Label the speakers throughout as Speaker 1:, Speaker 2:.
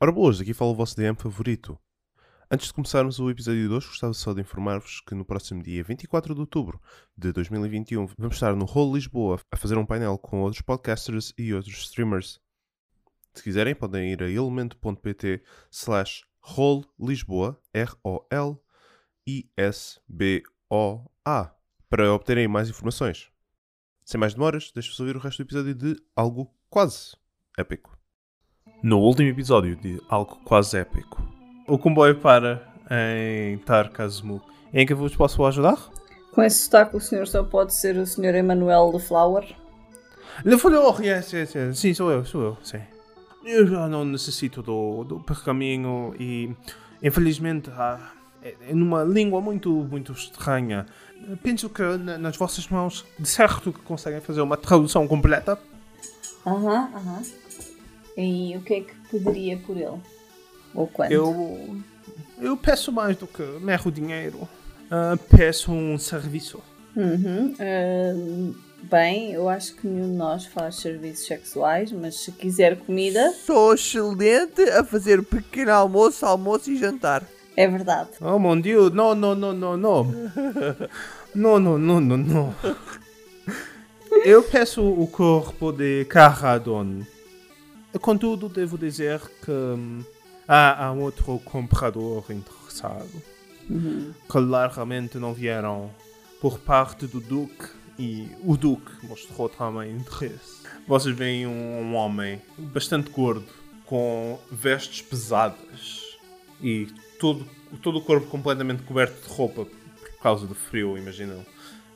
Speaker 1: Ora boas, aqui fala o vosso DM favorito. Antes de começarmos o episódio de hoje, gostava só de informar-vos que no próximo dia 24 de outubro de 2021 vamos estar no Hall Lisboa a fazer um painel com outros podcasters e outros streamers. Se quiserem, podem ir a elemento.pt slash Rol Lisboa, R-O-L-I-S-B-O-A, para obterem mais informações. Sem mais demoras, deixo-vos ouvir o resto do episódio de algo quase épico.
Speaker 2: No último episódio de algo quase épico, o comboio para em Tarkazmu. Em que vos posso ajudar?
Speaker 3: Com esse sotaque, o senhor só pode ser o senhor Emanuel de Flower.
Speaker 2: Le falou, oh, yes, yes, yes. Sim, sou eu, sou eu, sim. Eu já não necessito do, do pergaminho e, infelizmente, ah, é é numa língua muito, muito estranha. Penso que na- nas vossas mãos, de certo, que conseguem fazer uma tradução completa.
Speaker 3: Aham, aham. E o que é que pediria por ele? Ou quando?
Speaker 2: Eu, eu peço mais do que mero dinheiro. Ah, peço um serviço.
Speaker 3: Uhum. Ahm, bem, eu acho que nenhum de nós faz serviços sexuais, mas se quiser comida,
Speaker 4: Sou excelente a fazer pequeno almoço, almoço e jantar.
Speaker 3: é verdade.
Speaker 2: Oh mon dieu, não, não, não, não, não. Não, não, não, não, não. Eu peço o corpo de Carradon. Contudo, devo dizer que hum, há, há outro comprador interessado. Que largamente não vieram por parte do Duque. E o Duque mostrou também interesse. Vocês veem um, um homem bastante gordo, com vestes pesadas e todo, todo o corpo completamente coberto de roupa por causa do frio, imaginam,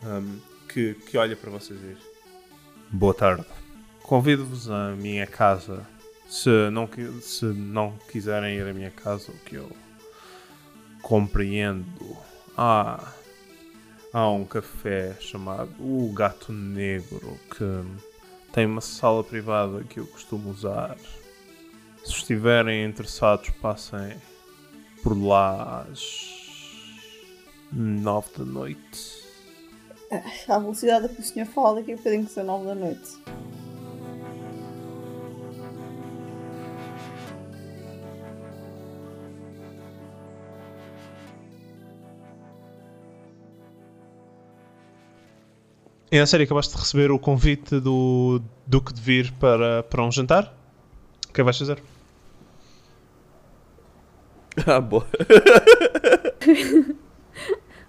Speaker 2: hum, que, que olha para vocês e diz: Boa tarde. Convido-vos à minha casa. Se não, qui- se não quiserem ir à minha casa, o que eu compreendo. Ah, Há, há um café chamado O Gato Negro que tem uma sala privada que eu costumo usar. Se estiverem interessados, passem por lá às nove da noite.
Speaker 3: À velocidade a que o senhor fala daqui a bocadinho que são nove da noite.
Speaker 2: E a sério, acabaste de receber o convite do Duque de vir para, para um jantar? O que é que vais fazer?
Speaker 4: Ah, boa.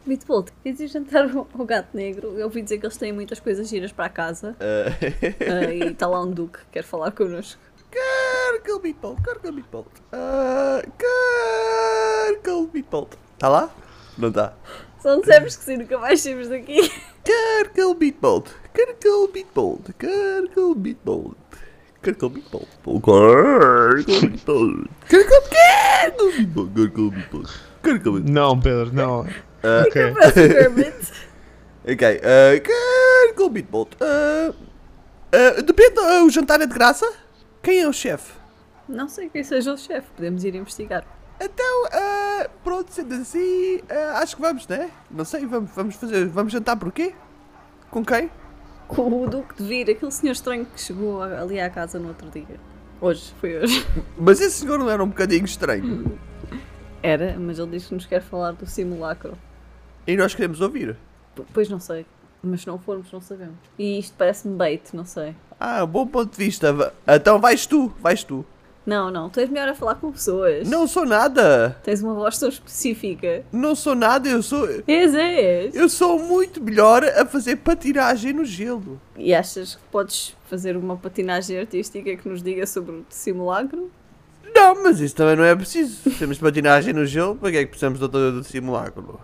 Speaker 5: Bitbolt, queres ir jantar ao ao gato negro? Eu ouvi dizer que eles têm muitas coisas giras para a casa. Ah, e está lá um duque que quer falar connosco.
Speaker 4: Cargo Meatball, Cargo Meatball. Ah, Cargo Meatball. Tá lá? Não tá.
Speaker 5: Só não sabes que sim, nunca mais saímos daqui.
Speaker 4: Cargo Meatball, Cargo Meatball, Cargo Meatball. Cargo Meatball. Cargo Meatball. Cargo Cargo Meatball, Cargo Meatball. Cargo Meatball.
Speaker 2: Não, Pedro, não. ok.
Speaker 5: Parece o Kermit.
Speaker 4: Ok, ah, Cargo Meatball. Ah, ah, Depende, ah, o jantar é de graça? Quem é o chefe?
Speaker 5: Não sei quem seja o chefe, podemos ir investigar.
Speaker 4: Então, ah, pronto, sendo assim, ah, acho que vamos, né? Não sei, vamos, vamos fazer. Vamos jantar por quê? Com quem?
Speaker 5: Com o duque de vir, aquele senhor estranho que chegou a- ali à casa no outro dia. Hoje, foi hoje.
Speaker 4: Mas esse senhor não era um bocadinho estranho.
Speaker 5: Era, mas ele diz que nos quer falar do simulacro.
Speaker 4: E nós queremos ouvir.
Speaker 5: P- pois não sei. Mas se não formos, não sabemos. E isto parece-me bait, não sei.
Speaker 4: Ah, bom ponto de vista. Va- Então vais tu, vais tu.
Speaker 5: Não, não, tu és melhor a falar com pessoas.
Speaker 4: Não sou nada.
Speaker 5: Tens uma voz tão específica.
Speaker 4: Não sou nada, eu sou.
Speaker 5: És, és.
Speaker 4: Eu sou muito melhor a fazer patinagem no gelo.
Speaker 5: E achas que podes fazer uma patinagem artística que nos diga sobre o simulacro?
Speaker 4: Não, mas isso também não é preciso. Temos patinagem no gelo, para que é que precisamos do, do, do simulacro?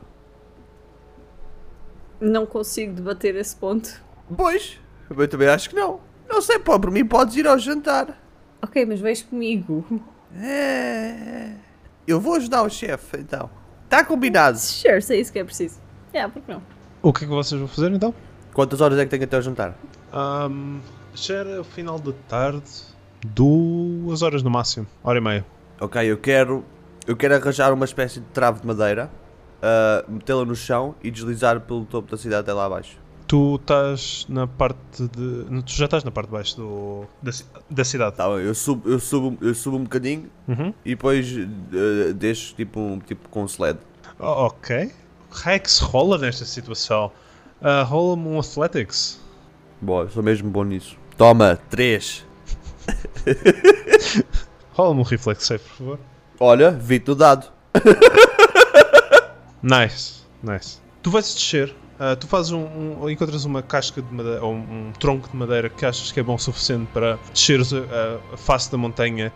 Speaker 5: Não consigo debater esse ponto.
Speaker 4: Pois, eu também acho que não. Não sei, pô, por mim podes ir ao jantar.
Speaker 5: Ok, mas vens comigo.
Speaker 4: É. Eu vou ajudar o chefe, então. Tá combinado.
Speaker 5: Sure, se é isso que é preciso. É, porque não?
Speaker 2: O que é que vocês vão fazer então?
Speaker 4: Quantas horas é que tenho até o jantar?
Speaker 2: Um, já era o final da tarde, duas horas no máximo, hora e meia.
Speaker 4: Ok, eu quero. Eu quero arranjar uma espécie de trave de madeira, ah, metê-la no chão e deslizar pelo topo da cidade até lá abaixo.
Speaker 2: Tu estás na parte de. no- Tu já estás na parte de baixo do, da, ci- da cidade.
Speaker 4: Tá bem, eu subo, eu subo, eu subo um bocadinho
Speaker 2: Uhum.
Speaker 4: e depois eh, deixo tipo, um, tipo com um sled.
Speaker 2: O- Oh, ok. Rex rola nesta situação. Ah, Rola-me um Athletics.
Speaker 4: Boa, eu sou mesmo bom nisso. Toma, 3.
Speaker 2: Rola-me um Reflex Save, por favor.
Speaker 4: Olha, vi-te o dado.
Speaker 2: Nice, nice. Tu vais descer, ah, tu fazes um, um- ou encontras uma casca de madeira, ou um, um tronco de madeira que achas que é bom o suficiente para desceres a, a- a face da montanha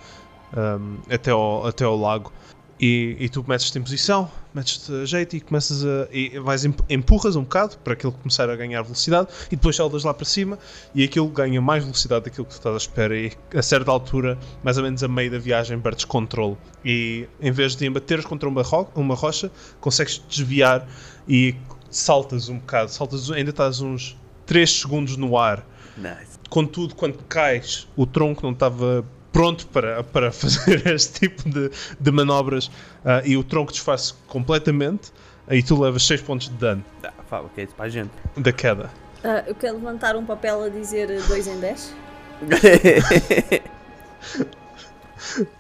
Speaker 2: ahm, até, ao, até ao lago. E, e tu metes-te em posição, metes-te a jeito e começas a. E vais emp- empurras um bocado para aquilo começar a ganhar velocidade e depois saldas lá para cima e aquilo ganha mais velocidade daquilo que tu estás à espera e a certa altura, mais ou menos a meio da viagem, perdes controle e em vez de embateres contra uma, ro- uma rocha, consegues desviar e saltas um bocado, saltas, ainda estás uns 3 segundos no ar.
Speaker 4: Nice.
Speaker 2: Contudo, quando cais, o tronco não estava pronto para, para fazer este tipo de, de manobras ah, e o tronco desfaz completamente e tu levas 6 pontos de dano
Speaker 4: Tá, fala, que é isso para a gente.
Speaker 2: da queda.
Speaker 5: Ah, eu quero levantar um papel a dizer 2 em 10.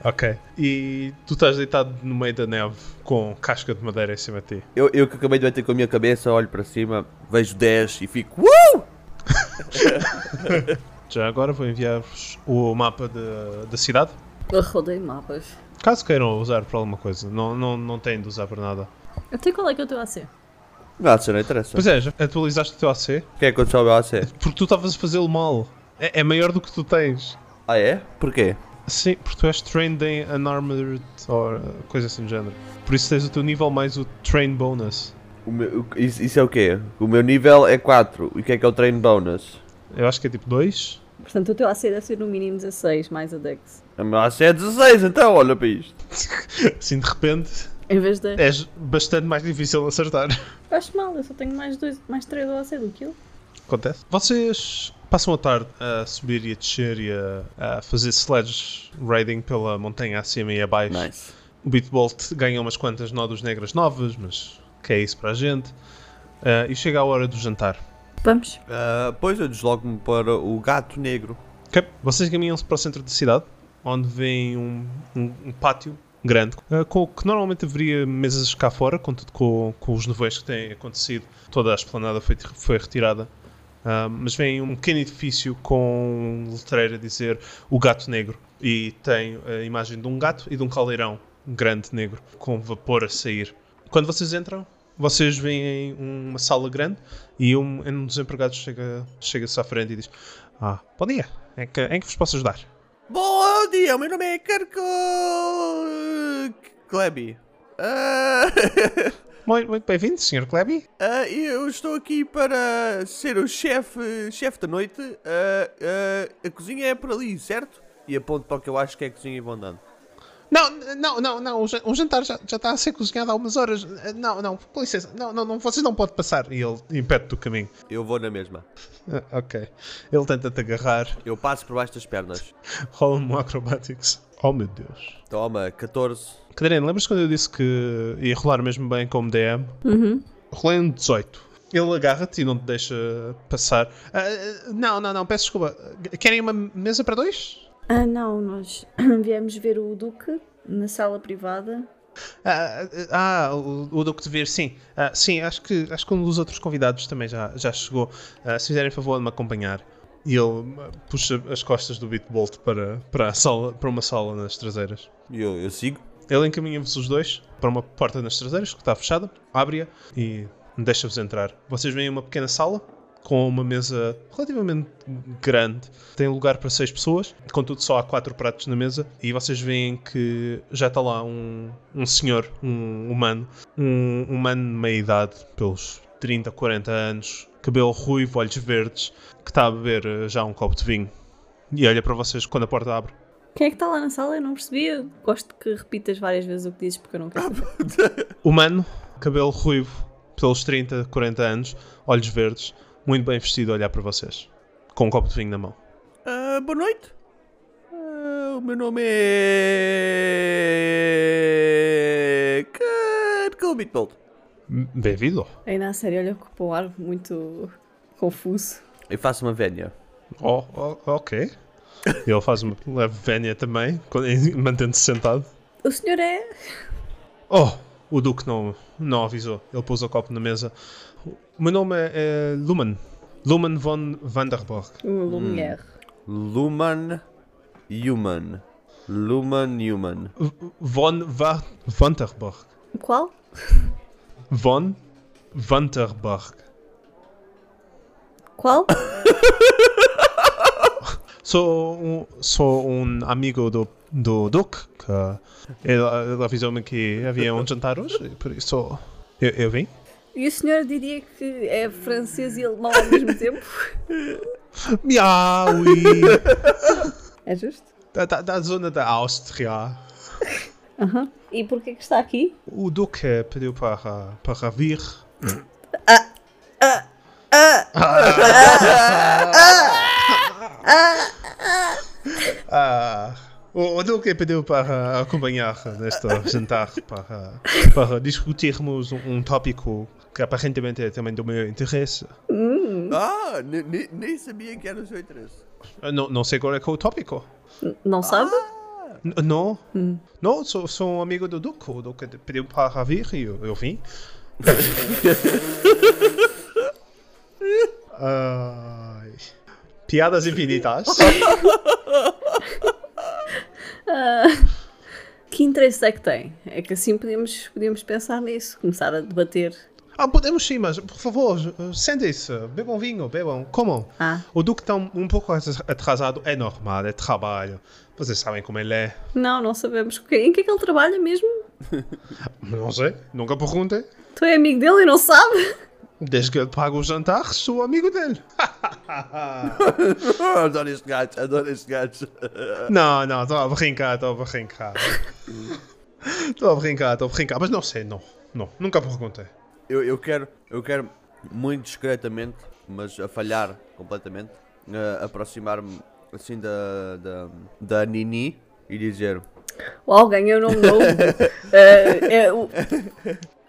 Speaker 2: Ok. E tu estás deitado no meio da neve com casca de madeira em cima de ti.
Speaker 4: eu, eu que acabei de bater com a minha cabeça, olho para cima, vejo 10 e fico. Uh!
Speaker 2: Já agora vou enviar-vos o mapa de- da cidade.
Speaker 5: Eu rodei mapas.
Speaker 2: Caso queiram usar para alguma coisa, não, não, não têm de usar para nada.
Speaker 5: Até qual é que eu estou a ser?
Speaker 4: Não, isso não interessa.
Speaker 2: Pois é, já atualizaste o teu AC
Speaker 4: O que é que aconteceu ao meu AC?
Speaker 2: porque tu estavas a fazê-lo mal. É, é maior do que tu tens.
Speaker 4: Ah é? Porquê?
Speaker 2: Sim, porque tu és trained in unarmored ou uh, coisa assim do género. Por isso tens o teu nível mais o train bonus.
Speaker 4: O meu- o- isso, isso é o quê? O meu nível é 4. E o que é que é o treino bonus?
Speaker 2: Eu acho que é tipo 2.
Speaker 5: Portanto, o teu AC deve ser no mínimo 16, mais a Dex.
Speaker 4: O meu AC é 16, então olha para isto.
Speaker 2: Assim de repente
Speaker 5: Em vez de.
Speaker 2: és bastante mais difícil de acertar.
Speaker 5: Eu Acho mal, eu só tenho mais 3 mais três ao AC do que ele.
Speaker 2: Acontece. Vocês passam a tarde a subir e a descer e a, a fazer sledge riding pela montanha acima e abaixo.
Speaker 4: Nice.
Speaker 2: O Bitbolt ganha umas quantas nódulas negras novas, mas que é isso para a gente. Ah, e chega a hora do jantar.
Speaker 5: Vamos.
Speaker 4: Ah, pois eu desloco-me para o gato negro.
Speaker 2: Ok, vocês caminham-se para o centro da cidade, onde vem um, um- um pátio grande, eh, com o que normalmente haveria mesas cá fora, contudo com, com os nevoeiros que têm acontecido, toda a esplanada foi, foi retirada. Ah, mas vem um pequeno edifício com um letreiro a dizer o gato negro e tem a imagem de um gato e de um caldeirão grande negro com vapor a sair. Quando vocês entram, vocês veem uma sala grande e um, um dos empregados chega- chega-se à frente e diz ah, bom dia. Em que, em que vos posso ajudar?
Speaker 4: Bom dia, o meu nome é Carco. Klebi. Ah,
Speaker 2: Muito, muito bem-vindo, Sr. Kleby.
Speaker 4: ah, eu estou aqui para ser o chefe chefe da noite. Ah, ah, a cozinha é por ali, certo? E aponto para o que eu acho que é a cozinha e vou andando.
Speaker 2: Não, não, não, não. O jan- o jantar já, já está a ser cozinhado há umas horas. Não, não, com licença. Não, não, não vocês não podem passar. E ele impede-te o caminho.
Speaker 4: Eu vou na mesma.
Speaker 2: Ah, ok. Ele tenta-te agarrar.
Speaker 4: Eu passo por baixo das pernas.
Speaker 2: Rola-me um acrobatics. Oh, meu Deus.
Speaker 4: Toma, 14.
Speaker 2: Catarina, lembras quando eu disse que ia rolar mesmo bem como DM?
Speaker 5: Uhum.
Speaker 2: Rolei um 18. Ele agarra-te e não te deixa passar. Ah, ah, não, não, não. Peço desculpa. Querem uma mesa para dois?
Speaker 5: Ah, não, nós viemos ver o Duque na sala privada.
Speaker 2: Ah, ah, ah, o, o Duque de Vir, sim. Ah, sim, acho que, acho que um dos outros convidados também já, já chegou. Ah, se fizerem favor de me acompanhar. E ele ah, puxa as costas do Bitbolt para, para, a sala, para uma sala nas traseiras.
Speaker 4: E eu, eu sigo.
Speaker 2: Ele encaminha-vos os dois para uma porta nas traseiras que está fechada, abre-a e deixa-vos entrar. Vocês veem uma pequena sala com uma mesa relativamente grande. Tem lugar para seis pessoas, contudo só há quatro pratos na mesa e vocês veem que já está lá um, um senhor, um humano, um humano de meia idade, pelos 30, 40 anos, cabelo ruivo, olhos verdes, que está a beber eh, já um copo de vinho. E olha para vocês quando a porta abre.
Speaker 5: Quem é que está lá na sala? Eu não percebi. Eu gosto que repitas várias vezes o que dizes porque eu não quero saber.
Speaker 2: Humano, cabelo ruivo, pelos 30, 40 anos, olhos verdes, muito bem vestido a olhar para vocês. Com um copo de vinho na mão.
Speaker 4: Ah, boa noite. Ah, o meu nome é. Carco Bitbolt.
Speaker 2: Bem-vindo.
Speaker 5: Ainda a sério, olha para o ar um muito confuso.
Speaker 4: Eu faço uma vénia.
Speaker 2: Oh, oh, ok. E ele faz uma leve vénia também, quando- mantendo-se sentado.
Speaker 5: O senhor é.
Speaker 2: Oh, o Duque não, não avisou. Ele pôs o copo na mesa. O meu nome é, é Luman. Luman von Vanderborg.
Speaker 5: Um Lumière.
Speaker 4: Luman Human. Luman Human.
Speaker 2: V- Von Va Vanderborg.
Speaker 5: Qual?
Speaker 2: Von Vanderborg.
Speaker 5: Qual?
Speaker 2: Sou um, sou um amigo do, do Duque. que Ele, ele avisou-me que havia um jantar hoje, por isso eu, eu vim.
Speaker 5: E o senhor diria que é francês e alemão ao mesmo tempo?
Speaker 2: Miaui!
Speaker 5: É justo?
Speaker 2: da, da, da zona da Áustria.
Speaker 5: E porquê que está aqui?
Speaker 2: O Duque pediu para, para vir. Ah, o, o Duque pediu para acompanhar neste jantar para, para discutirmos um, um tópico que aparentemente é também do meu interesse.
Speaker 4: Ah, ne- ne- nem sabia que era o seu interesse.
Speaker 2: Eu Não, não sei qual é, que é o tópico.
Speaker 5: N- Não sabe?
Speaker 2: N- Não, não sou, sou um amigo do Duque. O Duque pediu para vir e eu, eu vim. Ai. Piadas infinitas.
Speaker 5: Que interesse é que tem? É que assim podíamos, podíamos pensar nisso, começar a debater.
Speaker 2: ah, podemos sim, mas por favor, sentem-se. Bebam um vinho, bebam, comam.
Speaker 5: Ah,
Speaker 2: O Duque está um, um pouco atrasado. É normal, é trabalho. Vocês sabem como ele é.
Speaker 5: não, não sabemos. o quê. Em que é que ele trabalha mesmo?
Speaker 2: Não sei, nunca perguntei.
Speaker 5: Tu é amigo dele e não sabe?
Speaker 2: Desde que ele paga o jantar, sou amigo dele.
Speaker 4: Ah, adoro este gajo, adoro este gajo.
Speaker 2: Não, não, estou a brincar, estou a brincar. Estou a brincar, estou a brincar, mas não sei, não. Não, nunca perguntei.
Speaker 4: Eu, eu quero, eu quero muito discretamente, mas a falhar completamente, eh, aproximar-me assim da, da, da Nini e dizer...
Speaker 5: Uau, ganhei um nome novo. Eh, é o-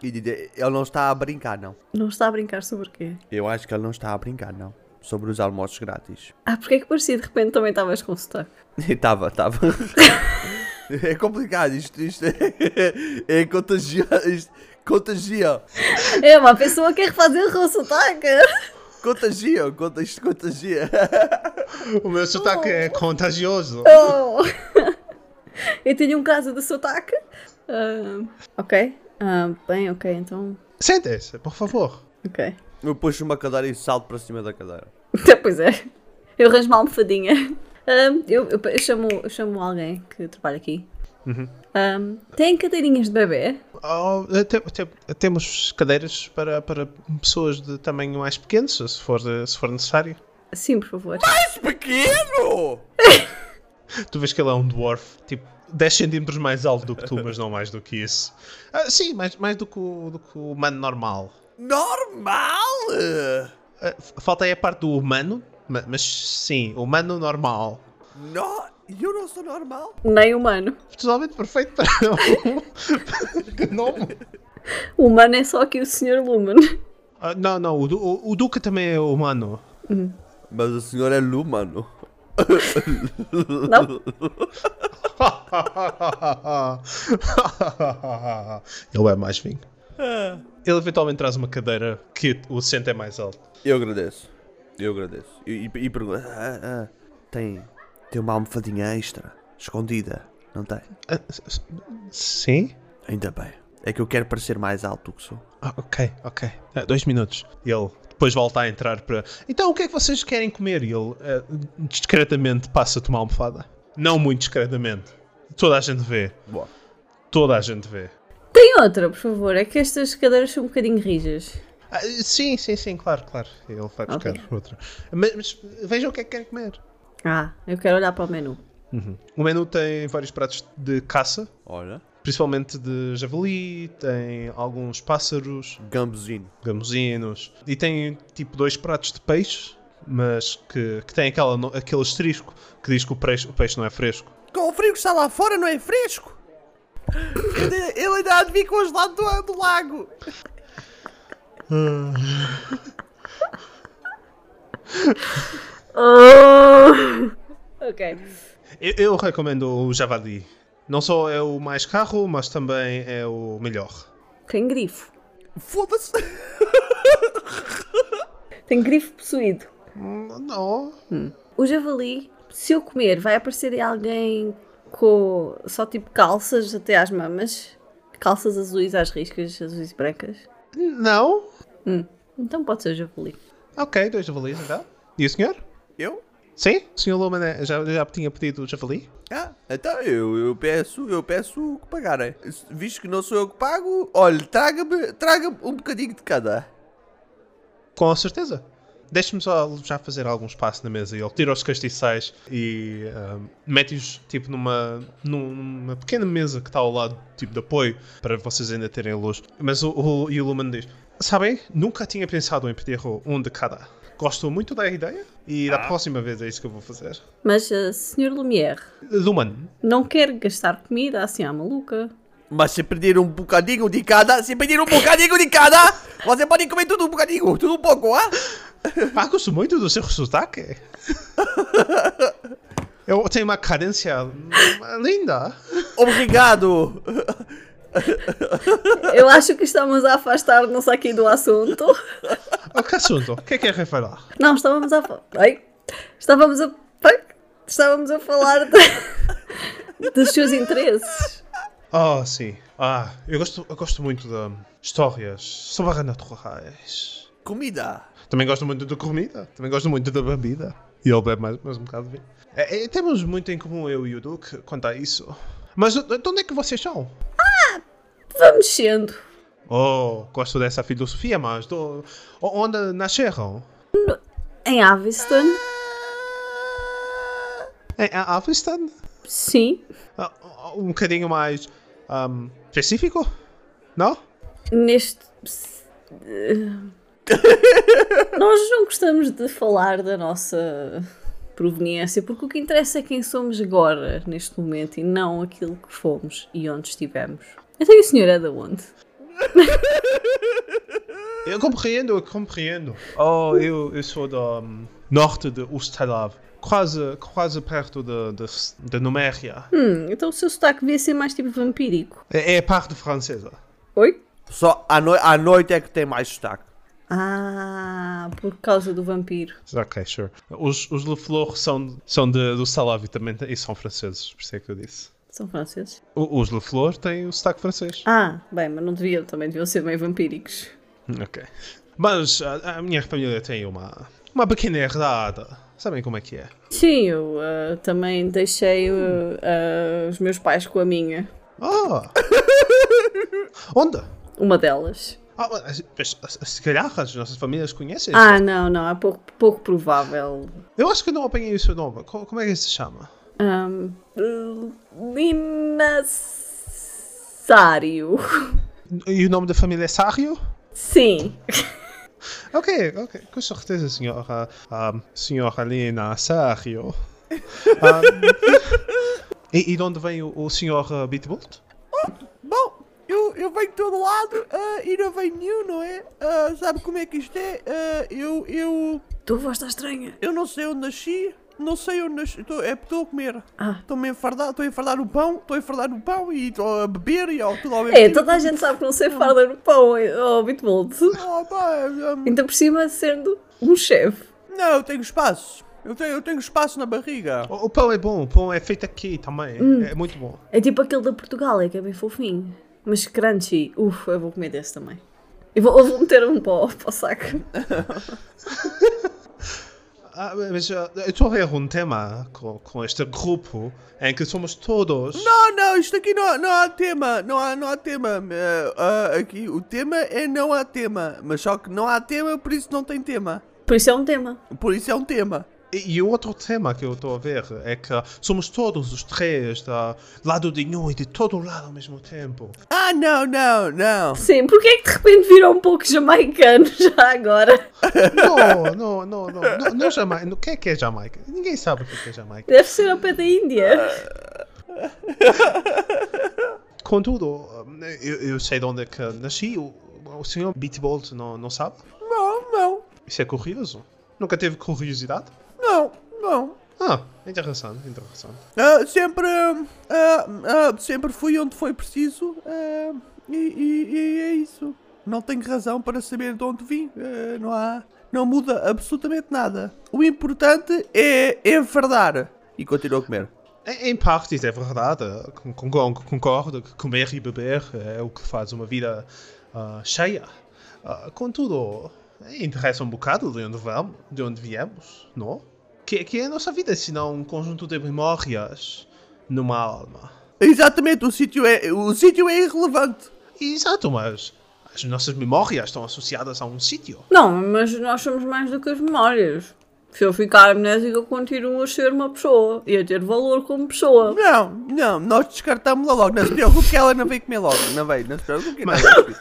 Speaker 4: E dizer, ele não está a brincar, não.
Speaker 5: Não está a brincar sobre o quê?
Speaker 4: Eu acho que ele não está a brincar, não. Sobre os almoços grátis.
Speaker 5: Ah, porque é que parecia de repente também estavas com sotaque?
Speaker 4: Estava, estava. é complicado, isto, isto é, é contagia, isto, contagia,
Speaker 5: É, uma pessoa quer fazer com sotaque.
Speaker 4: contagia, conta- isto contagia.
Speaker 2: O meu sotaque é contagioso.
Speaker 5: Oh. Eu tenho um caso de sotaque. Ah, ok. Ah, bem, ok, então.
Speaker 2: Sentem-se, por favor.
Speaker 5: Ok.
Speaker 4: Eu puxo uma cadeira e salto para cima da cadeira.
Speaker 5: pois é. Eu arranjo uma almofadinha. Ah, eu, eu- eu chamo, eu chamo alguém que trabalha aqui. Ah, tem cadeirinhas de bebê?
Speaker 2: Oh, te- te- temos cadeiras para, para pessoas de tamanho mais pequeno, se for, eh, se for necessário.
Speaker 5: Sim, por favor.
Speaker 4: Pequeno!
Speaker 2: Tu vês que ele é um dwarf, tipo, 10 centímetros mais alto do que tu, mas não mais do que isso. Ah, sim, mais, mais do, que o, do que o humano normal.
Speaker 4: Normal!
Speaker 2: Ah, f- falta aí a parte do humano, ma- mas sim, humano normal.
Speaker 4: No, eu não sou normal.
Speaker 5: Nem humano.
Speaker 2: Totalmente perfeito para um- que nome.
Speaker 5: Humano é só aqui o Sr. Lumen.
Speaker 2: Ah, não, não, o, Du- o- o Duque também é humano.
Speaker 4: Mas o senhor é Lu, mano.
Speaker 5: Não?
Speaker 2: Ele é mais vinho. É. Ele eventualmente traz uma cadeira que o assento é mais alto.
Speaker 4: Eu agradeço. Eu agradeço. E, e, e pergunto: "Ah, ah, tem, tem uma almofadinha extra, escondida? Não tem?
Speaker 2: Ah, s- s- Sim?
Speaker 4: Ainda bem. É que eu quero parecer mais alto do que sou.
Speaker 2: Ah, ok, ok. Ah, dois minutos. E ele depois volta a entrar para. Então o que é que vocês querem comer? E ele ah, discretamente passa-te uma almofada. Não muito discretamente. Toda a gente vê.
Speaker 4: Boa.
Speaker 2: Toda a gente vê.
Speaker 5: Tem outra, por favor. É que estas cadeiras são um bocadinho rijas.
Speaker 2: Ah, sim, sim, sim, claro, claro. Ele vai buscar
Speaker 5: Ok.
Speaker 2: outra. Mas, mas vejam o que é que querem comer.
Speaker 5: Ah, eu quero olhar para o menu.
Speaker 2: O menu tem vários pratos de caça,
Speaker 4: Olha.
Speaker 2: principalmente de javali, tem alguns pássaros,
Speaker 4: Gambuzinho.
Speaker 2: gamusinos, e tem tipo dois pratos de peixe, mas que, que tem aquela, no- aquele asterisco que diz que o peixe, o peixe não é fresco.
Speaker 4: Com o frio que está lá fora, não é fresco? Ele- Ele ainda há de vir congelado do, do lago.
Speaker 5: Ah. ok.
Speaker 2: Eu, eu recomendo o Javadi. Não só é o mais carro, mas também é o melhor.
Speaker 5: Tem grifo.
Speaker 4: Foda-se!
Speaker 5: Tem grifo possuído.
Speaker 2: Não.
Speaker 5: O javali, se eu comer, vai aparecer alguém com só tipo calças até às mamas? Calças azuis às riscas, azuis e brancas?
Speaker 2: Não?
Speaker 5: Então pode ser o javali.
Speaker 2: Ok, dois javalis então. E o senhor?
Speaker 4: Eu?
Speaker 2: Sim? O senhor Lumen eh, já, já tinha pedido o javali?
Speaker 4: Ah, então eu, eu peço, eu peço que pagarem. Visto que não sou eu que pago, olha, traga-me traga um bocadinho de cada.
Speaker 2: Com certeza. Deixe-me só já fazer algum espaço na mesa. Ele tira os castiçais e ahm, mete-os tipo numa, numa pequena mesa que está ao lado tipo de apoio para vocês ainda terem luz. Mas o, o, e o Lumen diz: Sabem, nunca tinha pensado em pedir um de cada. Gosto muito da ideia e da próxima vez é isso que eu vou fazer.
Speaker 5: Mas, uh, Sr. Lumière,
Speaker 2: Lumen,
Speaker 5: não quer gastar comida assim à maluca?
Speaker 4: Mas se pedir um bocadinho de cada, se pedir um bocadinho de cada, você pode comer tudo um bocadinho, tudo um pouco, ah?
Speaker 2: Ah, gosto muito do seu sotaque. Eu tenho uma cadência linda.
Speaker 4: Obrigado!
Speaker 5: Eu acho que estamos a afastar-nos aqui do assunto.
Speaker 2: Ah, Que assunto? O que é que é refalar?
Speaker 5: Não, estávamos a falar. Estávamos a. ai, Estávamos a falar de- dos seus interesses.
Speaker 2: Oh, sim. Ah, eu gosto, eu gosto muito de histórias sobrenaturais.
Speaker 4: Comida!
Speaker 2: Também gosto muito da comida. Também gosto muito da bebida. E ele bebe mais, mais um bocado de vinho. É, é, temos muito em comum eu e o Duke quanto a isso. Mas de de onde é que vocês são?
Speaker 5: Vamos sendo.
Speaker 2: Oh, gosto dessa filosofia, mas do, onde nasceram?
Speaker 5: Em Aviston?
Speaker 2: Em É, Afghanistan?
Speaker 5: Sim.
Speaker 2: Ah, ah, um bocadinho mais ahm, específico? Não?
Speaker 5: Neste. eh, Nós não gostamos de falar da nossa proveniência, porque o que interessa é quem somos agora, neste momento, e não aquilo que fomos e onde estivemos. Então, e o senhor é de onde?
Speaker 2: Eu compreendo, eu compreendo. Oh, eu, eu sou do ahm, norte de Ustalav, quase, quase perto de, de, de Numéria.
Speaker 5: Hum, então o seu sotaque devia ser mais tipo vampírico.
Speaker 2: É, é parte francesa.
Speaker 5: Oi?
Speaker 4: Só à, noi- à noite é que tem mais destaque.
Speaker 5: Ah, por causa do vampiro.
Speaker 2: Ok, sure. Os, os Leflor são, são de, do Salav e também e são franceses, por isso é que eu disse.
Speaker 5: São franceses?
Speaker 2: O- Os Leflor têm o sotaque francês.
Speaker 5: Ah, bem, mas não deviam, também deviam ser meio vampíricos.
Speaker 2: Hum, Ok. Mas a, a minha família tem uma, uma pequena herdada. Sabem como é que é?
Speaker 5: Sim, eu ah, também deixei ah, ah, os meus pais com a minha.
Speaker 2: Ah! Onde?
Speaker 5: Uma delas.
Speaker 2: Ah, mas, mas, se- se calhar as nossas famílias conhecem
Speaker 5: Ah,
Speaker 2: isso.
Speaker 5: não, não, é pouco, pouco provável.
Speaker 2: Eu acho que não apanhei o seu nome. Co- Como é que se chama?
Speaker 5: Ahm, Linassário.
Speaker 2: E o nome da família é Sário?
Speaker 5: Sim.
Speaker 2: Ok, ok. Com certeza, senhora. ah, senhora Lina Sário. Ah, e, e de onde vem o, o senhor ah, Bitbolt?
Speaker 4: Bom, eu, eu venho de todo lado ah, e não venho nenhum, não é? Ah, sabe como é que isto é? Ah, eu, eu,
Speaker 5: Tu voz está estranha.
Speaker 4: eu não sei onde nasci, não sei onde nasci. Estou é, estou a comer.
Speaker 5: Ah.
Speaker 4: Estou-me a enfardar, estou a enfardar no pão, estou a enfardar no pão e estou a beber e ao tudo ao mesmo
Speaker 5: É,
Speaker 4: tempo.
Speaker 5: toda a gente sabe que não sei falar no pão, oh, Bitbold.
Speaker 4: Oh, pá, ah,
Speaker 5: Ainda por cima sendo um chefe.
Speaker 4: não, eu tenho espaço. Eu tenho, eu tenho espaço na barriga.
Speaker 2: O, o pão é bom, o pão é feito aqui também. É muito bom.
Speaker 5: É tipo aquele da Portugal, é que é bem fofinho. Mas crunchy. Uf, eu vou comer desse também. Eu vou, eu vou meter um pó para o saco.
Speaker 2: Ah, mas ah, eu estou a ver um tema com, com este grupo em que somos todos.
Speaker 4: Não, não, isto aqui não, não há tema, não há, não há tema. Ah, ah, aqui o tema é não há tema, mas só que não há tema, por isso não tem tema.
Speaker 5: Por isso é um tema.
Speaker 4: Por isso é um tema.
Speaker 2: E e o outro tema que eu estou a ver é que somos todos os três da lado de um e de todo lado ao mesmo tempo.
Speaker 4: Ah, não, não, não.
Speaker 5: Sim, porque é que de repente viram um pouco jamaicano já agora?
Speaker 2: Não, não, não, não, não, não Jamaica. O que é que é Jamaica? Ninguém sabe o que é que é Jamaica.
Speaker 5: Deve ser ao pé da Índia.
Speaker 2: Contudo, hum, eu, eu sei de onde é que nasci. O, o senhor Bitbolt não, não sabe?
Speaker 4: Não, não.
Speaker 2: Isso é curioso. Nunca teve curiosidade?
Speaker 4: Não, não.
Speaker 2: Ah, interessante, interessante.
Speaker 4: Ah, sempre, ah, ah, sempre fui onde foi preciso ah, e, e- e é isso. Não tenho razão para saber de onde vim. ah, não há, não muda absolutamente nada. O importante é enfardar. E continuo a comer.
Speaker 2: Em em parte, isso é verdade. Con- con- Concordo que comer e beber é o que faz uma vida ah, cheia. Ah, contudo, interessa um bocado de onde vamos, de onde viemos, não? Que, que é a nossa vida, senão um conjunto de memórias numa alma.
Speaker 4: Exatamente, o sítio é, o sítio é irrelevante.
Speaker 2: Exato, mas as nossas memórias estão associadas a um sítio.
Speaker 5: Não, mas nós somos mais do que as memórias. Se eu ficar amnésica, eu continuo a ser uma pessoa e a ter valor como pessoa.
Speaker 4: Não, não, nós descartámos-la logo. Não se preocupe que ela não veio comer logo. Não veio, não se preocupe que
Speaker 2: Mas-
Speaker 4: não veio.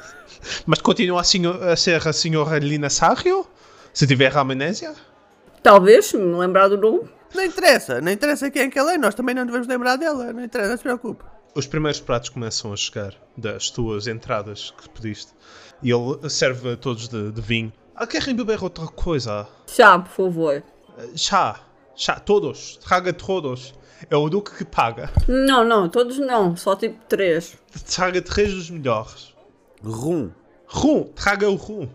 Speaker 2: Mas continua a, senho- a ser a senhora Lina Sarrio? Se tiver amnésia?
Speaker 5: Talvez, se me lembrar do nome.
Speaker 4: Não interessa, não interessa quem é que ela é, nós também não devemos lembrar dela, não interessa, não se preocupe.
Speaker 2: Os primeiros pratos começam a chegar das tuas entradas que pediste. E ele serve a todos de, de vinho. Ah, querem beber outra coisa?
Speaker 5: Chá, por favor.
Speaker 2: Ah, Chá. Chá. Todos. Traga todos. É o Duque que paga.
Speaker 5: Não, não, todos não, só tipo três.
Speaker 2: Traga três dos melhores.
Speaker 4: Rum.
Speaker 2: Rum. Traga o rum.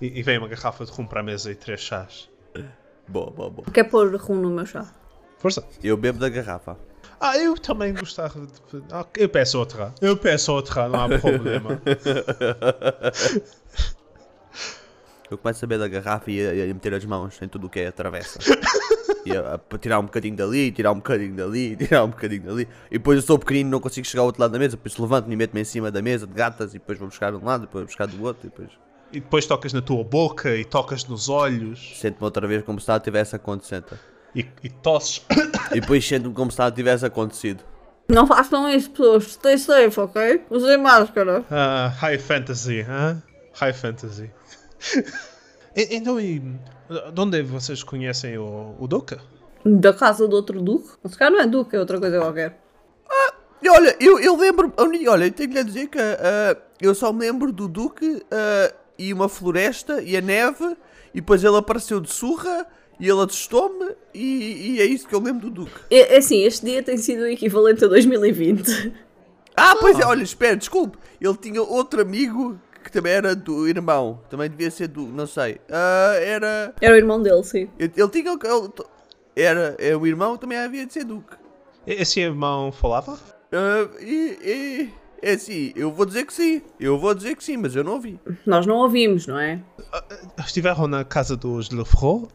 Speaker 2: e, e vem uma garrafa de rum para a mesa e três chás.
Speaker 4: Boa, boa, boa.
Speaker 5: Quer pôr rum no meu chá?
Speaker 2: Força.
Speaker 4: Eu bebo da garrafa.
Speaker 2: Ah, eu também gostava de... Ah, eu peço outra. Eu peço outra, não há problema.
Speaker 4: Eu começo a beber da garrafa e a, e a meter as mãos em tudo o que é travessa. e a, a tirar um bocadinho dali, tirar um bocadinho dali, tirar um bocadinho dali. E depois eu sou pequenino não consigo chegar ao outro lado da mesa, depois levanto-me e meto-me em cima da mesa de gatas e depois vou buscar de um lado, depois vou buscar do outro e depois
Speaker 2: e depois tocas na tua boca e tocas nos olhos
Speaker 4: sento-me outra vez como se nada tivesse acontecido.
Speaker 2: e, e tosses.
Speaker 4: E depois sento-me como se nada tivesse acontecido.
Speaker 5: Não façam isso, pessoas. Stay safe, ok? Usem máscara.
Speaker 2: Ah, high fantasy, hã? High fantasy. E- então, e de onde é vocês conhecem o, o Doka?
Speaker 5: Da casa do outro duque? Esse cara não é duque, é outra coisa qualquer.
Speaker 4: E olha, eu, eu lembro. a uni- Olha, eu tenho-lhe a dizer que ah, eu só me lembro do Duque ah, e uma floresta e a neve, e depois ele apareceu de surra e ele assustou-me, e, e é isso que eu lembro do Duque.
Speaker 5: É, é assim, este dia tem sido o equivalente a 2020.
Speaker 4: Ah, pois é, olha, espera, desculpe. Ele tinha outro amigo que também era do irmão, também devia ser do. não sei. Ah, era.
Speaker 5: Era o irmão dele, sim.
Speaker 4: Ele, ele tinha. Ele, era, é, o irmão também havia de ser Duque.
Speaker 2: Esse é irmão falava?
Speaker 4: Ah, e, e- É assim, eu vou dizer que sim, eu vou dizer que sim, mas eu não ouvi.
Speaker 5: Nós não ouvimos, não é?
Speaker 2: Estiveram na casa dos Lefro?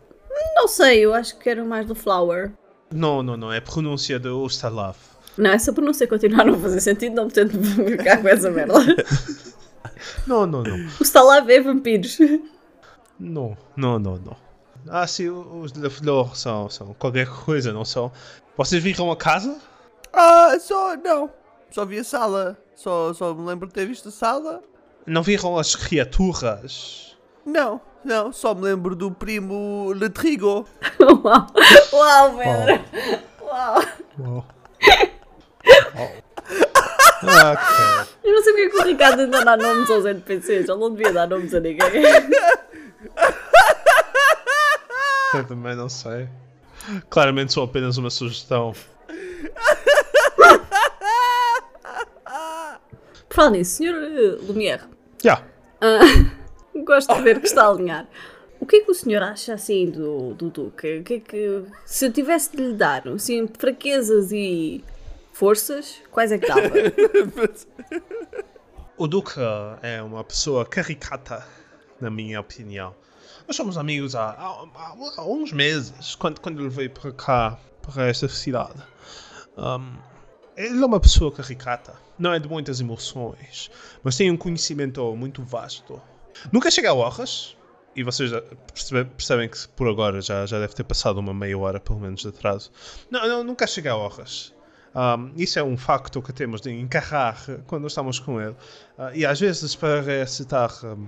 Speaker 5: Não sei, eu acho que era mais do Flower.
Speaker 2: Não, não, não, é pronúncia de Ustalav.
Speaker 5: Não, essa pronúncia continuar a não fazer sentido, não me tento ficar com essa merda.
Speaker 2: Não, não, não.
Speaker 5: O Stalav é vampiros.
Speaker 2: Não, não, não, não. Ah, sim, os Lefro são, são qualquer coisa, não são? Vocês viram a casa?
Speaker 4: Ah, só. Não. Só vi a sala. Só, só me lembro de ter visto a sala.
Speaker 2: Não viram as criaturas?
Speaker 4: Não, não. Só me lembro do primo Letrigo.
Speaker 5: Uau! Uau, Pedro! Uau!
Speaker 2: Uau. Ah, cara.
Speaker 5: Eu não sei porque é que o Ricardo ainda dá nomes aos NPCs, ele não devia dar nomes a ninguém.
Speaker 2: Eu também não sei. Claramente sou apenas uma sugestão.
Speaker 5: Por falar nisso, Sr. eh, Lumière,
Speaker 2: Já.
Speaker 5: Ah, gosto de ver que está a alinhar. O que é que o senhor acha assim do, do Duque? O que é que, se eu tivesse de lhe dar assim, fraquezas e forças, quais é que dava?
Speaker 2: O Duque é uma pessoa caricata, na minha opinião. Nós somos amigos há, há- há- há uns meses, quando, quando ele veio para cá, para esta cidade. Ahm, ele é uma pessoa caricata, não é de muitas emoções, mas tem um conhecimento muito vasto. Nunca chega a horas, e vocês já percebe- percebem que por agora já, já deve ter passado uma meia hora, pelo menos, de atraso. Não, não nunca chega a horas. Ahm, isso é um facto que temos de encarrar quando estamos com ele. Ah, e às vezes parece estar ahm,